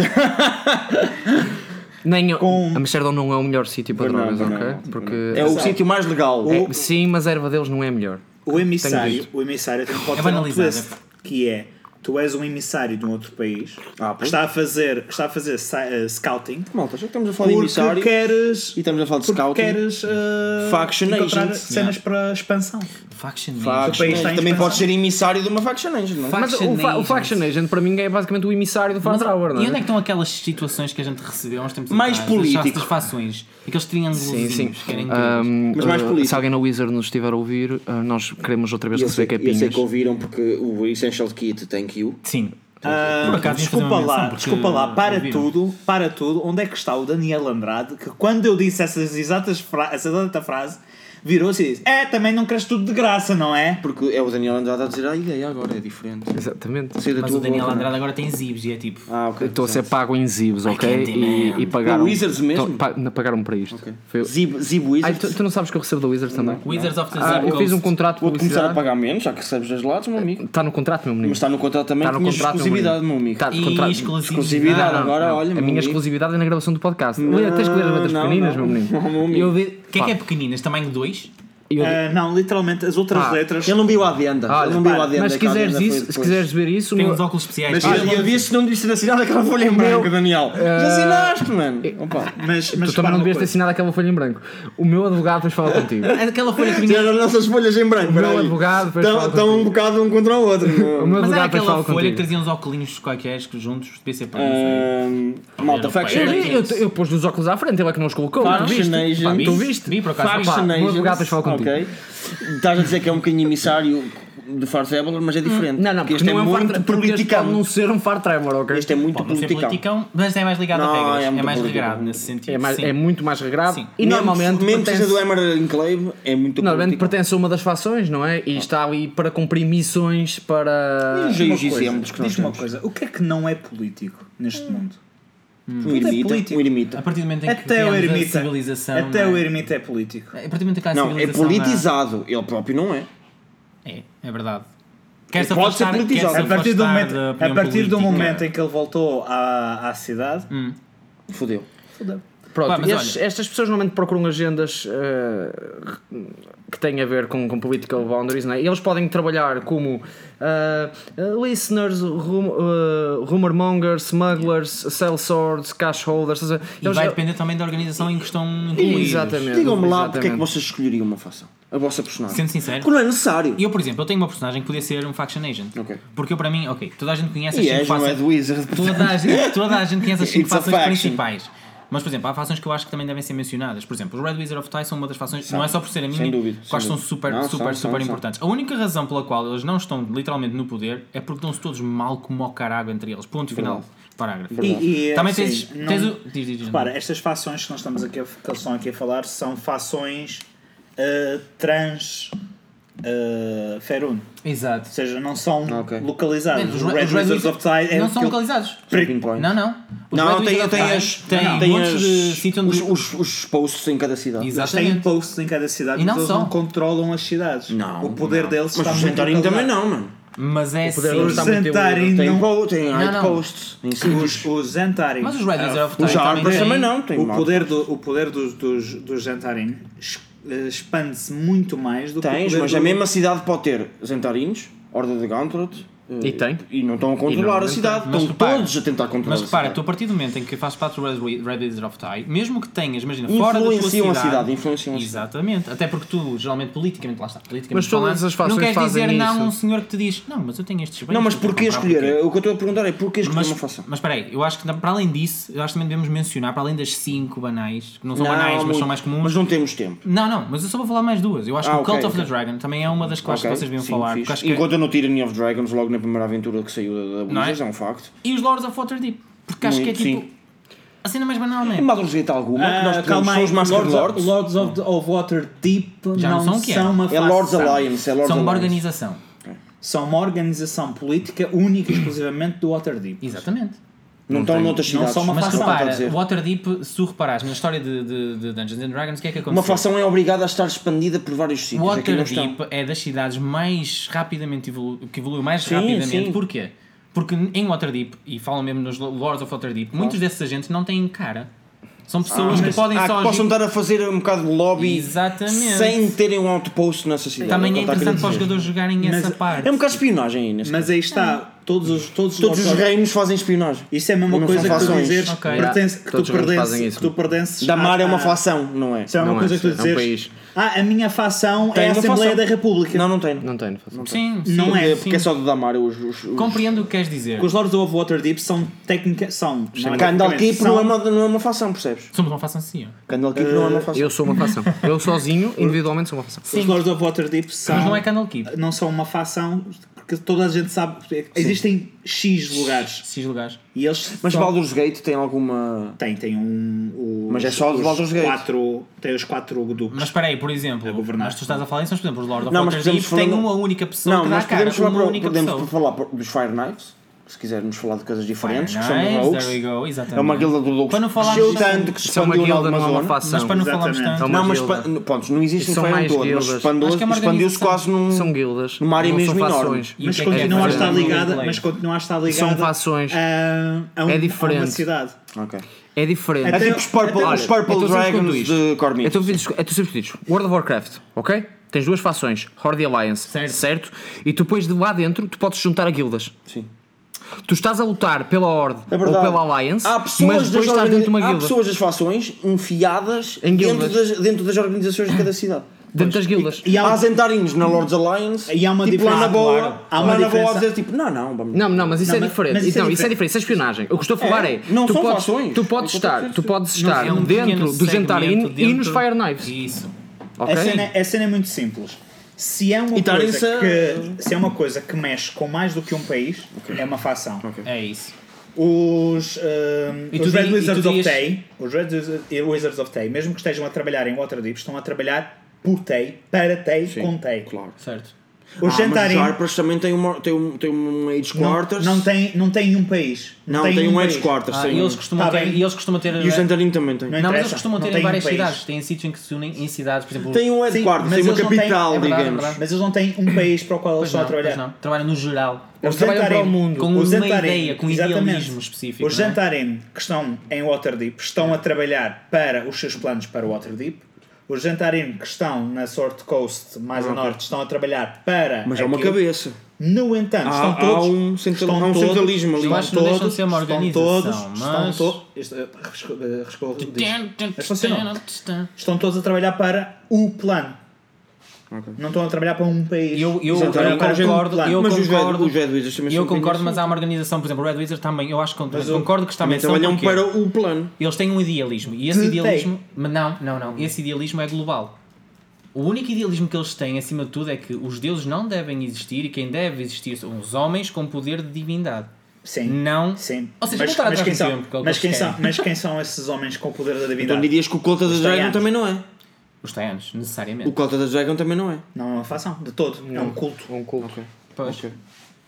S5: Nem
S4: Com-
S5: Amsterdão não é o melhor sítio para
S2: Pois não,
S5: drogas,
S2: pois não,
S5: ok?
S2: pois não.
S5: Porque
S2: É o sítio mais legal. É-
S5: É, sim, mas a erva deles não é a melhor.
S4: O
S5: Tenho
S4: emissário, o emissário tem pode
S3: É
S4: ter um
S3: banalizado,
S4: twist, que é tu és um emissário de um outro país
S2: Ah,
S4: que
S2: pois.
S4: está a fazer, que está a fazer si- eh, scouting
S2: Malta, já que estamos a falar de
S4: porque
S2: emissário
S4: queres
S2: e estamos a falar de
S4: porque
S2: scouting.
S4: queres eh,
S2: Faction
S4: encontrar
S2: agents,
S4: cenas para expansão.
S3: Faction.
S2: Faction
S4: país
S2: agent.
S4: está em
S2: Também
S4: expansão.
S2: pode ser emissário de uma faction agent, não é?
S5: Mas o, fa- o
S3: Agent.
S5: Faction Agent para mim é basicamente o emissário do Far
S3: Mas,
S5: Tower, não
S3: E onde é que
S5: é?
S3: estão aquelas situações que a gente recebeu há uns tempos
S2: Mais
S3: atrás? Das
S2: político.
S3: Das fações. Aqueles triângulos
S5: Sim, sim.
S3: que eram incríveis.
S5: Ahm,
S2: Mas mais
S5: eh,
S2: político.
S5: se alguém na Wizard nos estiver a ouvir, eh, nós queremos outra vez é
S2: Eu sei,
S5: receber
S2: eu
S5: capinhas.
S2: sei que é ouviram porque o Essential Kit tem que o.
S3: Sim.
S4: Ah,
S3: Por acaso, ia fazer
S4: desculpa
S3: uma menção,
S4: lá,
S3: porque
S4: desculpa lá, para
S3: viram.
S4: tudo, para tudo, onde é que está o Daniel Andrade que quando eu disse essas exatas fra essa exata frase virou-se e disse: É, também não queres tudo de graça, não é?
S2: Porque é o Daniel Andrade a dizer a ideia agora, é diferente.
S5: Exatamente.
S2: Sei da
S3: Mas
S2: tua
S3: o Daniel
S2: boca, não é?
S3: Andrade agora tem zibs e é tipo.
S2: Ah, ok.
S5: Estou a ser pago em Zibs, ok?
S3: can't
S5: E, e
S3: demand.
S5: pagaram.
S2: Pelo Wizards mesmo?
S5: Então, pa- não, pagaram para isto.
S2: é-
S5: Foi eu-
S2: Zib, Zib
S5: Ai,
S2: Wizards. é
S5: tu, tu não sabes que eu recebo da Wizards também?
S3: Wizards of the
S5: Ah,
S3: Zip
S5: eu fiz um
S3: Coast.
S5: contrato de
S2: Vou começar a
S5: publicidade.
S2: pagar menos, já que recebes dois lados, meu amigo.
S5: Está no contrato, meu menino.
S2: Mas está no contrato também,
S5: Está no
S2: tinhas
S5: contrato, meu
S2: exclusividade, meu
S5: menino.
S2: amigo.
S5: Está no
S3: E
S5: contrato.
S2: Exclusividade,
S3: exclusividade.
S2: agora olha, meu
S5: a minha
S2: amigo.
S5: exclusividade é na gravação do podcast. Lê- Tens que ler as letras
S2: não,
S5: pequeninas,
S2: não.
S5: meu menino.
S2: Não, meu amigo.
S5: Eu di-
S3: O que é que é
S5: pá,
S3: pequeninas? Tamanho 2?
S5: eu di-
S4: Ah, não, literalmente as outras
S5: Ah,
S4: letras.
S2: Ele não viu a adenda.
S5: Ah,
S2: ele não viu a
S4: repara,
S2: adenda.
S5: Mas se
S2: que a
S5: quiseres,
S2: adenda foi
S5: isso, se
S2: depois.
S5: quiseres ver isso,
S3: Tem
S5: no-
S3: uns óculos especiais.
S2: Ah, e havia se não devia ter assinado aquela folha em branco, Daniel.
S5: Eh,
S2: Já assinaste, mano. Opa.
S4: Mas, mas
S5: tu também
S4: repara
S5: não
S4: uma
S5: devias ter
S4: coisa.
S5: assinado aquela folha em branco. O meu advogado depois fala contigo.
S3: É aquela folha que ninguém.
S2: Tirar as nossas folhas em branco.
S5: O meu
S2: peraí.
S5: advogado depois
S2: Estão-
S5: fala
S2: Estão um
S5: contigo.
S2: bocado um contra o outro.
S5: O meu
S3: Mas era
S5: advogado depois
S3: aquela folha
S5: fala
S3: que
S5: contigo.
S3: trazia uns óculos qualquer que juntos, devia ser para
S2: Ah,
S3: não
S2: Ahm, Malta,
S3: Olha,
S2: Faction
S3: pai,
S5: Eu,
S2: Agent.
S5: eu, eu pus os óculos à frente, ele é que não os colocou.
S2: Faction
S5: tu viste? Pá,
S2: Agent.
S5: tu viste?
S3: Vi, por acaso.
S5: Pá,
S2: Faction
S5: pá, o meu
S2: Agents.
S5: advogado depois fala contigo.
S2: Ok. Estás a dizer que é um bocadinho emissário do Far Traveler, mas é diferente.
S5: Não, não,
S2: Porque
S5: porque
S2: este
S5: não
S2: é
S5: é um far
S2: muito
S5: tra- porque este pode
S2: politicano.
S5: não ser um far tremor, ok?
S2: Este é muito
S3: sei. Pode não ser
S2: politicão.
S3: politicão, mas é mais ligado
S2: Não,
S3: a regras.
S2: é
S3: É,
S2: muito
S3: mais
S2: politicão.
S3: regrado nesse sentido.
S5: é, mais-
S3: sim.
S5: é muito mais regrado
S3: Sim.
S5: e normalmente,
S2: mesmo que seja
S5: pertence,
S2: do Emerald Enclave, é muito
S5: normalmente
S2: político.
S5: pertence a uma das fações, não é?
S2: Ah.
S5: E está ali para cumprir missões para.
S2: E
S4: Uma
S2: os exemplos que
S4: coisa,
S2: nós
S4: Diz-me uma
S2: temos.
S4: coisa, o que é que não é político neste mundo?
S2: Um
S5: é
S2: ermita,
S4: político.
S2: um
S3: A
S2: ermita.
S3: partir do momento em que
S4: Até o
S3: criamos
S4: ermita.
S3: a civilização.
S4: Até
S3: não
S4: o
S3: é?
S4: ermita é político.
S3: A partir do momento em que há a
S2: Não, é
S3: civilização, há-
S2: politizado. Ele próprio não é.
S3: É, é verdade. Quer
S2: Pode ser
S3: É
S2: politizado.
S4: A partir do momento, a partir do momento em que ele voltou à, à cidade,
S2: Fodeu.
S5: Pronto,
S3: Pá, mas
S5: estes-
S3: olha-
S5: estas pessoas normalmente procuram agendas eh, que têm a ver com, com political boundaries, não é? E eles podem trabalhar como eh, eh, listeners, rum, eh, rumor mongers, smugglers, sell swords, cash holders. ou seja,
S3: E vai depender também da organização em que estão incluídos.
S5: Exatamente.
S2: Digam-me lá porque é que
S5: exatamente.
S2: vocês escolheriam uma fação. A vossa personagem.
S3: Sendo sincero.
S2: Porque não é necessário.
S3: Eu, por exemplo, eu tenho uma personagem que podia ser um faction agent.
S2: Ok.
S3: Porque eu, para mim, ok, toda a gente conhece
S2: E
S3: as
S2: és,
S3: cinco
S2: não é
S3: fações.
S2: do Wizard.
S3: Toda a gente, toda a gente conhece as cinco
S2: It's a
S3: fações
S2: faction.
S3: principais. Mas, por exemplo, há fações que eu acho que também devem ser mencionadas. Por exemplo, o Red Wizard of Time são uma das fações, não é só por ser a minha,
S2: Sem dúvida,
S3: que eu
S2: sem
S3: acho que são
S2: dúvida.
S3: super,
S2: Não,
S3: super,
S2: são,
S3: super
S2: são,
S3: importantes. A única razão pela qual eles não estão literalmente no poder é porque estão-se todos mal como ao caralho entre eles. Ponto final. Parágrafo.
S4: E- e,
S3: também
S4: assim,
S3: tens,
S4: não-
S3: tens o. Diz, diz, diz,
S4: repara, estas fações que nós estamos aqui a, que eles estão aqui a falar são fações ah, eh, trans uh, Ferun.
S3: Exato.
S4: Ou seja, não são
S2: Ok.
S4: localizados.
S3: Os
S4: Os,
S3: Red
S4: Red Wizards
S3: Wizards
S4: of Tide é
S3: não são
S4: aquele-
S3: localizados.
S2: Stopping point.
S3: Não, não. Os
S2: Não,
S3: Red
S2: tem,
S3: Wizards
S2: tem
S3: of
S2: as.
S3: Time Tem
S2: não,
S3: um
S2: tem
S3: monte
S2: as-
S3: de sítio onde.
S2: os, os, os posts em cada cidade.
S3: Exato.
S4: Eles têm
S3: Exatamente.
S4: posts em cada cidade,
S3: E
S4: mas
S3: não
S4: eles
S3: são.
S4: não controlam as cidades.
S2: Não.
S4: o poder
S2: não.
S4: deles
S2: Mas
S4: está
S2: o
S4: muito
S2: Santarém também
S4: localizado.
S2: não, mano.
S3: Mas é
S5: poder
S3: sim.
S5: deles
S4: Os
S5: Está muito
S4: Santarém
S2: Tem,
S4: não.
S2: po tem hide
S3: não.
S2: posts. Em
S4: Os,
S2: sítios.
S4: os Zantarin.
S3: Mas os é Red Wizards of Time
S2: Os árvores também
S3: têm.
S2: não. Tem
S4: o
S2: mal.
S4: poder, do, o poder dos, dos, dos Zantarin es- eh, expande-se muito mais do que o
S2: Tens,
S4: poder
S2: mas é
S4: do...
S2: a mesma cidade pode ter Zentarinos, Horda de Gauntlet. eh,
S5: E tem.
S2: E não estão a controlar
S5: não
S2: a cidade.
S3: Mas
S2: Estão
S3: repara-
S2: todos a tentar controlar
S3: Mas repara,
S2: a
S3: tu a
S2: cidade.
S3: partir do momento em que fazes parte do Red Wi- Red Wizards of Time, mesmo que tenhas, imagina, fora da tua cidade.
S2: Influenciam a cidade, influenciam a cidade.
S3: Exatamente. Até porque tu, geralmente, politicamente, lá está, politicamente
S5: Mas todas
S3: falando,
S5: as facções
S3: não queres
S5: fazem
S3: dizer não
S5: isso.
S3: a um senhor que te diz, não, mas eu tenho estes bens.
S2: Não, mas
S3: vou
S2: porquê
S3: comprar porque-"
S2: escolher? O que eu estou a perguntar é porquê escolher
S3: Mas,
S2: uma facção?
S3: mas espera aí, eu acho que para além disso, eu acho que também devemos mencionar, para além das 5 banais, que não são banais, mas são mais comuns,
S2: Mas não temos tempo.
S3: Não, não, mas eu só vou falar mais duas. Eu acho
S2: Ah,
S3: que o
S2: ok,
S3: Cult of
S2: ok.
S3: the Dragon também é uma das que eu acho que
S2: Ok,
S3: vocês deviam
S2: sim,
S3: falar.
S2: fixe.
S3: porque acho que- é
S2: Enquanto eu não Tyranny of Dragons, logo na primeira aventura que saiu da, da
S3: Não é?
S2: Wizards, é? um facto.
S3: E os Lords of Waterdeep. Porque acho que é
S2: Muito,
S3: tipo.
S2: Hum, sim. Hum,
S3: A cena mais banal, não
S2: Tem
S3: é?
S2: madrugeta alguma que nós
S4: Ah,
S2: podemos,
S4: calma
S2: são
S4: aí,
S2: os Master
S4: Lords,
S2: Lords.
S4: of- Lords of, of Water Deep
S3: Já não
S4: não,
S3: são o
S4: são,
S3: que é.
S4: uma
S2: É Lords
S4: facção.
S2: Alliance, é Lords
S3: São uma
S2: Alliance.
S3: organização.
S4: São uma organização política única e exclusivamente do Waterdeep.
S3: Exatamente.
S2: Não estão noutras
S4: Não
S2: cidades.
S4: são uma
S3: Mas
S2: Não
S4: facção,
S2: está a
S3: repara,
S2: dizer.
S3: Waterdeep, se tu reparares na história de, de- de Dungeons and Dragons, o que é que aconteceu?
S2: Uma facção é obrigada a estar expandida por vários sítios. Aqui não estão.
S3: Waterdeep é das cidades mais rapidamente evolu que evoluiu mais
S2: Sim,
S3: rapidamente.
S2: sim.
S3: Porquê? Porque em Waterdeep, e falam mesmo nos Lords of Waterdeep, muitos desses agentes não têm cara. São pessoas que podem
S2: Ah,
S3: só
S2: que possam
S3: agir-
S2: estar a fazer um bocado de lobby
S3: Exatamente.
S2: sem terem um outpost nessa cidade.
S3: Também
S2: o que eu
S3: é
S2: estava a
S3: interessante para os
S2: querer dizer.
S3: jogadores jogarem essa parte.
S2: É um bocado de espionagem aí, nesse
S4: Mas aí está, todos os, todos os
S2: Todos os
S4: Lords of-
S2: reinos fazem espionagem.
S4: Isso é a mesma
S2: Não
S4: coisa
S2: são
S4: que tu
S2: fações.
S4: dizeres
S3: Ok.
S4: que pertence- que,
S5: Todos
S4: tu
S5: os reinos
S4: pertences,
S5: fazem isso.
S4: que tu pertences
S2: Damar
S4: à-
S2: é uma
S4: à-
S2: facção, não é?
S4: Isso é uma
S5: Não
S4: coisa
S5: é,
S4: que tu
S5: é um
S4: dizes.
S5: país.
S4: Ah, a minha facção
S2: Tem
S4: é a
S2: uma
S4: Assembleia
S2: facção.
S4: da República.
S2: Não, não tem.
S5: Não tem, não faço.
S3: Sim, sim,
S4: Não
S2: Porque-
S3: é.
S2: Porque é só do Damar os. os, os...
S3: Compreendo o que queres dizer.
S4: Os Lords of Waterdeep são técnica, são não
S2: Candle
S4: é tecnicamente,
S2: Keep não é, uma, não é uma facção, percebes?
S3: Somos uma fação assim. ó.
S2: Candle Keep não é uma facção.
S5: Eu sou uma facção. Eu sozinho, individualmente, sou uma facção.
S4: Os Lords of Waterdeep são
S3: Mas não é Candlekeep.
S4: não são uma facção porque toda a gente sabe existem X lugares
S3: Esses lugares.
S4: e eles
S2: Mas
S4: são-
S2: Baldur's Gate tem alguma.
S4: tem tem um o-
S2: Mas é só os Baldur's Gate.
S4: quatro tem os quatro duques.
S3: Mas espera aí, por exemplo,
S4: governar.
S3: mas tu estás a falar em são, por exemplo, os Lord of
S2: Não, mas
S3: Waterdeep
S2: podemos
S3: têm
S2: falar-
S3: uma única pessoa
S2: Não,
S3: que dá
S2: mas
S3: a cara,
S2: podemos falar,
S3: uma
S2: para-
S3: única
S2: podemos
S3: pessoa.
S2: falar por- dos Fire Knives, se quisermos falar de coisas diferentes, que
S3: Nice,
S2: são rogues.
S3: there we go, exatamente.
S2: É uma guilda do Lux.
S3: Para não falarmos
S2: Cresceu
S3: tanto-
S2: tanto que se
S5: Isso é uma
S2: expandiu em
S5: guilda,
S2: alguma
S5: não é uma
S2: zona.
S5: facção.
S3: Mas para não
S4: Exatamente.
S3: falarmos tanto,
S5: É uma
S2: Não, mas
S5: guilda.
S2: pa- pontos, não existe um
S5: São
S2: Fire
S5: mais
S2: todo, mas
S5: guildas.
S2: expandou-
S3: Acho que é uma
S2: expandiu-se
S3: organização.
S2: quase num.
S5: São guildas.
S2: Numa área
S5: não são
S2: mesmo enorme.
S5: fações.
S3: E o
S4: mas
S3: que é que é
S4: continua a
S3: fazer
S4: estar
S3: um
S4: ligada
S3: roleplay?
S4: mas continua a estar ligada
S5: São facções.
S4: a, a um-
S5: É
S4: a uma
S5: diferente.
S4: cidade
S2: Ok.
S5: É diferente.
S2: É
S4: Até-
S2: tipo os Purple,
S4: até-
S2: os Purple
S5: então sempre quando
S2: Dragons
S5: isto-
S2: de
S5: É
S2: Cormit.
S5: tu é tu sempre dizes World of Warcraft, ok? Tens duas fações, Horde e Alliance,
S3: Certo.
S5: certo. E tu depois de lá dentro, tu podes juntar a guildas.
S2: Sim.
S5: Tu estás a lutar pela Horde
S2: É
S5: ou
S2: verdade.
S5: pela Alliance,
S2: Há
S5: mas
S2: pessoas,
S5: depois
S2: das,
S5: estás
S2: organi-
S5: dentro de uma
S2: há
S5: guilda.
S2: pessoas das fações enfiadas
S5: Em
S2: dentro
S5: guildas.
S2: das, dentro das organizações de cada cidade.
S5: Dentro das guildas.
S4: E há-
S2: há Zentarinhos na Lords Alliance
S4: E há uma
S2: tipo, lá
S4: diferença,
S2: na boa,
S4: claro. Há uma
S2: lá na boa a
S4: diferença.
S2: dizer tipo, não, não, vamos.
S5: Não, não, mas isso
S4: Não,
S5: é
S4: mas-
S5: diferente.
S4: mas isso
S5: isso,
S4: é
S5: não, isso é
S4: diferente.
S5: diferente, isso é espionagem. O que estou a falar é,
S2: não
S5: tu,
S2: são
S5: podes,
S2: fações.
S5: tu
S2: É
S5: podes
S2: que eu estou a
S5: estar,
S2: dizer.
S5: tu podes estar
S3: É um pequeno
S5: dentro do Jantarin
S3: segmento
S5: e nos
S3: dentro-
S5: Fire Knives.
S3: Isso.
S5: Ok?
S4: A, cena, a cena é muito simples. Se é, uma
S2: E
S4: coisa
S2: Tarinsa-
S4: que, se é uma coisa que mexe com mais do que um país, é uma facção.
S3: É isso.
S4: Os,
S3: E
S4: ehm,
S3: tu
S4: os Red
S3: diri- e
S4: Wizards
S3: tu
S4: of
S3: dirias-
S4: Tay, os Red Wizard- e Wizards of Tay, mesmo que estejam a trabalhar em Waterdeep, estão a trabalhar por Tay, para Tay, com Tay.
S2: Claro.
S3: Certo.
S2: Ah,
S4: Os
S2: mas os
S4: Jantarim
S2: Harpers também têm uma, têm um, têm um Age
S4: não,
S2: Quarters.
S4: não, têm, não têm um país.
S2: Não, têm um
S4: país.
S2: Age Quarters.
S3: Ah,
S2: têm
S3: e eles
S2: um-
S3: costumam
S4: Tá
S3: ter.
S4: bem.
S3: E eles costumam ter. eh,
S2: E os Zentarin também têm.
S4: Não
S3: Não, mas eles
S4: interessa,
S3: costumam
S4: não
S3: ter em
S4: têm um
S3: várias
S4: país.
S3: cidades. Têm sítios em que se unem em cidades, por exemplo.
S2: Têm um Age
S4: Sim,
S2: Quarters,
S4: mas
S2: têm uma
S4: eles não têm-
S2: capital,
S3: é verdade,
S2: digamos.
S3: é verdade.
S4: Mas eles não têm um país para o qual eles
S3: Pois
S4: estão
S3: não,
S4: a
S3: pois
S4: trabalhar. É
S3: não. Trabalham no geral.
S4: Os
S5: trabalham para o
S4: Jantarim-
S5: mundo.
S3: Com uma
S4: os Jantarim,
S3: ideia, com um
S4: exatamente.
S3: idealismo específico.
S4: Os
S3: não é?
S4: Jantarim que estão em Waterdeep estão a trabalhar para os seus planos para Waterdeep. Os Jantarim que estão na Sword Coast, mais a norte, estão a trabalhar para.
S2: Mas há uma
S4: aquilo.
S2: cabeça.
S4: No entanto,
S2: Há-
S4: estão
S2: há
S4: todos.
S2: um central- há um centralismo ali.
S4: estão
S2: Eu
S3: acho que não
S4: todos,
S3: deixam de ser uma organização,
S4: Estão todos.
S3: mas-
S4: Estão todos. Isto, eh, resco- eh, rescorro disto. Mas funcionou.
S3: Eu,
S4: Estão todos a trabalhar para o plano.
S2: Ok.
S4: Não estão a trabalhar para um país.
S3: eu, eu
S2: Exatamente.
S3: concordo, eu
S2: Mas os Red-
S3: concordo,
S2: os Red Wizards também
S3: eu
S2: são
S3: concordo,
S2: bem
S3: mas há uma organização, por exemplo, o Red Wizard também, eu acho que concordo, concordo que está
S2: Também
S3: bem
S2: trabalham para o plano.
S3: Eles têm um idealismo e esse
S4: Detém.
S3: idealismo, mas não, não, não, esse idealismo é global. O único idealismo que eles têm, acima de tudo, é que os deuses não devem existir e quem deve existir são os homens com poder de divindade.
S4: Sim.
S3: Não.
S4: Sim.
S3: Ou seja, voltar atrás
S4: quem
S3: no
S4: são,
S3: tempo, que é o que
S4: mas,
S3: eles
S4: quem são,
S3: querem.
S4: mas quem são esses homens com o poder da
S2: Então
S4: divindade?
S2: dirias que o Colta da
S4: Os
S2: Dragon
S4: taianos.
S2: também não é.
S3: Os Taianos, necessariamente.
S2: O Cota da Dragon também não é.
S4: Não é uma facção, de todo. É um culto.
S6: Um culto.
S3: Pois.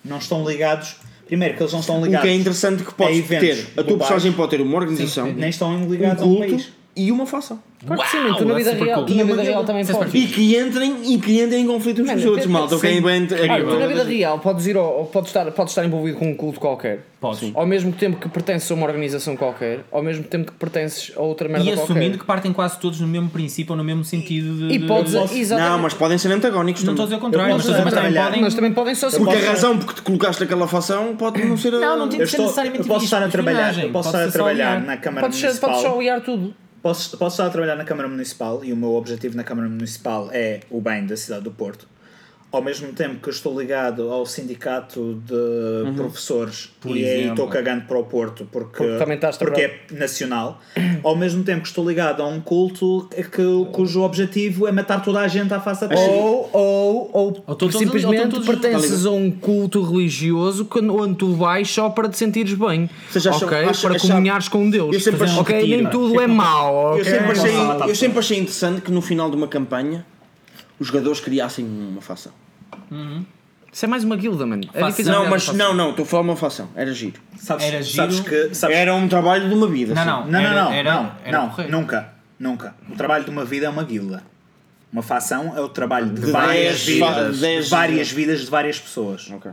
S4: Não estão ligados. Primeiro, que eles não estão
S2: O
S4: ligados.
S2: que é interessante que podes
S4: eventos
S2: ter. A tua
S4: globais.
S2: personagem pode ter uma organização,
S4: Nem estão
S2: um
S4: ligados a um
S2: culto
S4: país.
S2: e uma facção.
S5: Claro que sim,
S3: Uau,
S5: tu na
S3: é
S5: vida
S3: super
S5: real,
S3: cool.
S5: tu na
S3: E
S5: vida
S3: uma-
S5: real também
S3: Isso é
S5: podes.
S2: E que entrem, e que entrem em conflito uns com os
S5: Mano,
S2: outros,
S5: tem-
S2: malta. Quem bem.
S5: Olha, tu na vida real podes ir ao, ou podes estar, podes estar envolvido com um culto qualquer.
S3: Podes.
S5: Sim. Ao mesmo tempo que pertences a uma organização qualquer, ao mesmo tempo que pertences a outra merda
S3: E
S5: qualquer.
S3: assumindo que partem quase todos no mesmo princípio ou no mesmo sentido de.
S5: E
S3: de-
S5: podes.
S3: Não
S5: Exatamente.
S2: Não, mas podem ser antagónicos
S3: estou a
S2: também.
S3: dizer o contrário,
S4: Eu
S3: mas,
S4: posso
S3: mas também
S4: trabalhar,
S3: podem.
S5: Mas também podem só
S2: Porque a
S5: ser.
S2: razão porque te colocaste naquela facção pode não ser a.
S3: Não, não tem
S4: Eu,
S3: de ser
S4: estou,
S3: é necessariamente
S4: eu posso estar a
S3: dividido por
S4: trabalhar,
S3: personagem,
S4: eu posso
S3: pode
S4: estar a
S3: ser só
S4: trabalhar
S3: olhar.
S4: na Câmara
S5: Podes, ser- um
S4: Municipal.
S5: podes só olhar tudo.
S4: Posso, posso estar a trabalhar na Câmara Municipal e o meu objetivo na Câmara Municipal é o bem da cidade do Porto. Ao mesmo tempo que eu estou ligado ao sindicato de professores
S3: Uhum. Por
S4: e aí
S3: exemplo.
S4: estou cagando para o Porto porque,
S5: Porque também estás a
S4: porque é nacional, ao mesmo tempo que estou ligado a um culto que- que- cujo objetivo é matar toda a gente à face da terra.
S5: Ou, ou, ou,
S3: Ou tô- tô-
S5: simplesmente
S3: ou tô- tô-
S5: pertences a um culto religioso quando- onde tu vais só para te sentires bem.
S2: seja, acham-
S5: ok?
S2: acham-
S5: para
S2: acham-
S5: comunhares com Deus.
S2: Eu sempre achei
S5: ok?
S3: mentira.
S5: Nem tudo é mau.
S2: Eu
S5: ok?
S2: sempre, achei,
S4: Gonçalo, tá
S2: eu sempre achei interessante que no final de uma campanha os jogadores criassem uma facção.
S5: Isso é mais uma guilda, mano. É
S3: Faço-
S5: difícil
S2: Não,
S5: olhar
S2: mas
S5: para-
S2: não, não, estou a falar uma facção, era giro.
S4: Sabes,
S3: Era
S4: sabes
S3: giro.
S4: que. sabes-
S2: Era um trabalho de uma vida.
S3: Não,
S2: sim.
S3: não,
S4: Não,
S3: era,
S4: não, não,
S3: era,
S4: não,
S3: era
S4: não,
S3: correto.
S4: nunca, nunca. O trabalho de uma vida é uma guilda. Uma fação é o trabalho de,
S2: De
S4: várias
S2: dez fa-
S4: vidas,
S2: dez-
S4: de várias vidas de várias pessoas.
S2: Ok.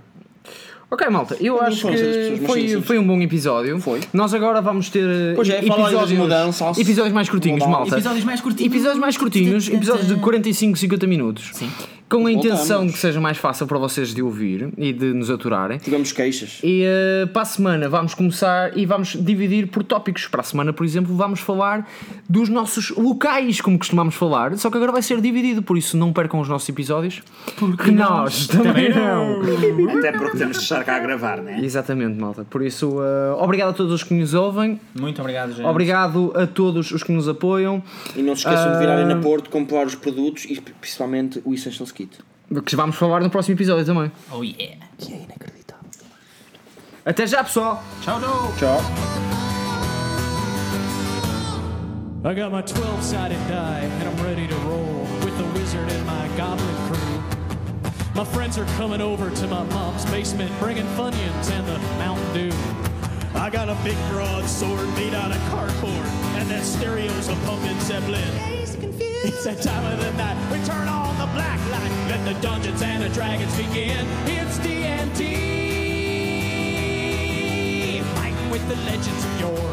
S5: Ok, malta, eu acho
S2: são essas pessoas,
S5: que
S2: mas sim,
S5: foi,
S2: sim.
S5: foi um bom episódio.
S2: Foi.
S5: Nós agora vamos ter eh,
S2: Pois é, fala aí das mudanças.
S5: episódios mais curtinhos,
S2: Mudanças.
S5: malta.
S3: Episódios mais curtinhos.
S5: Episódios mais curtinhos, episódios de 45, 50 minutos.
S3: Sim.
S5: Com a intenção
S2: Voltamos.
S5: que seja mais fácil para vocês de ouvir e de nos aturarem.
S2: Tivemos queixas.
S5: E eh, para a semana vamos começar e vamos dividir por tópicos. Para a semana, por exemplo, vamos falar dos nossos locais, como costumamos falar, só que agora vai ser dividido, por isso não percam os nossos episódios. Porque nós também não.
S4: Até porque temos de estar cá a gravar, né?
S5: Exatamente, malta. Por isso, eh, obrigado a todos os que nos ouvem,
S3: Muito obrigado, gente.
S5: obrigado a todos os que nos apoiam,
S2: E não se esqueçam de virarem na Porto, comprar os produtos e principalmente o Essentials Kit.
S5: que vamos falar no próximo episódio também.
S3: Oh yeah.
S5: Até já, pessoal!
S3: Tchau, tchau.
S2: Tchau.
S1: I got my 12 sided die and I'm ready to roll with the wizard and my goblin crew. My friends are coming over to my mom's basement bringing Funyuns and the Mountain Dew. I got a big broadsword made out of cardboard and that stereo's a pumpkin zeppelin. It's that time of the night. We turn on the black light. Let the dungeons and the dragons begin. It's D&D. Fighting with the legends of yore.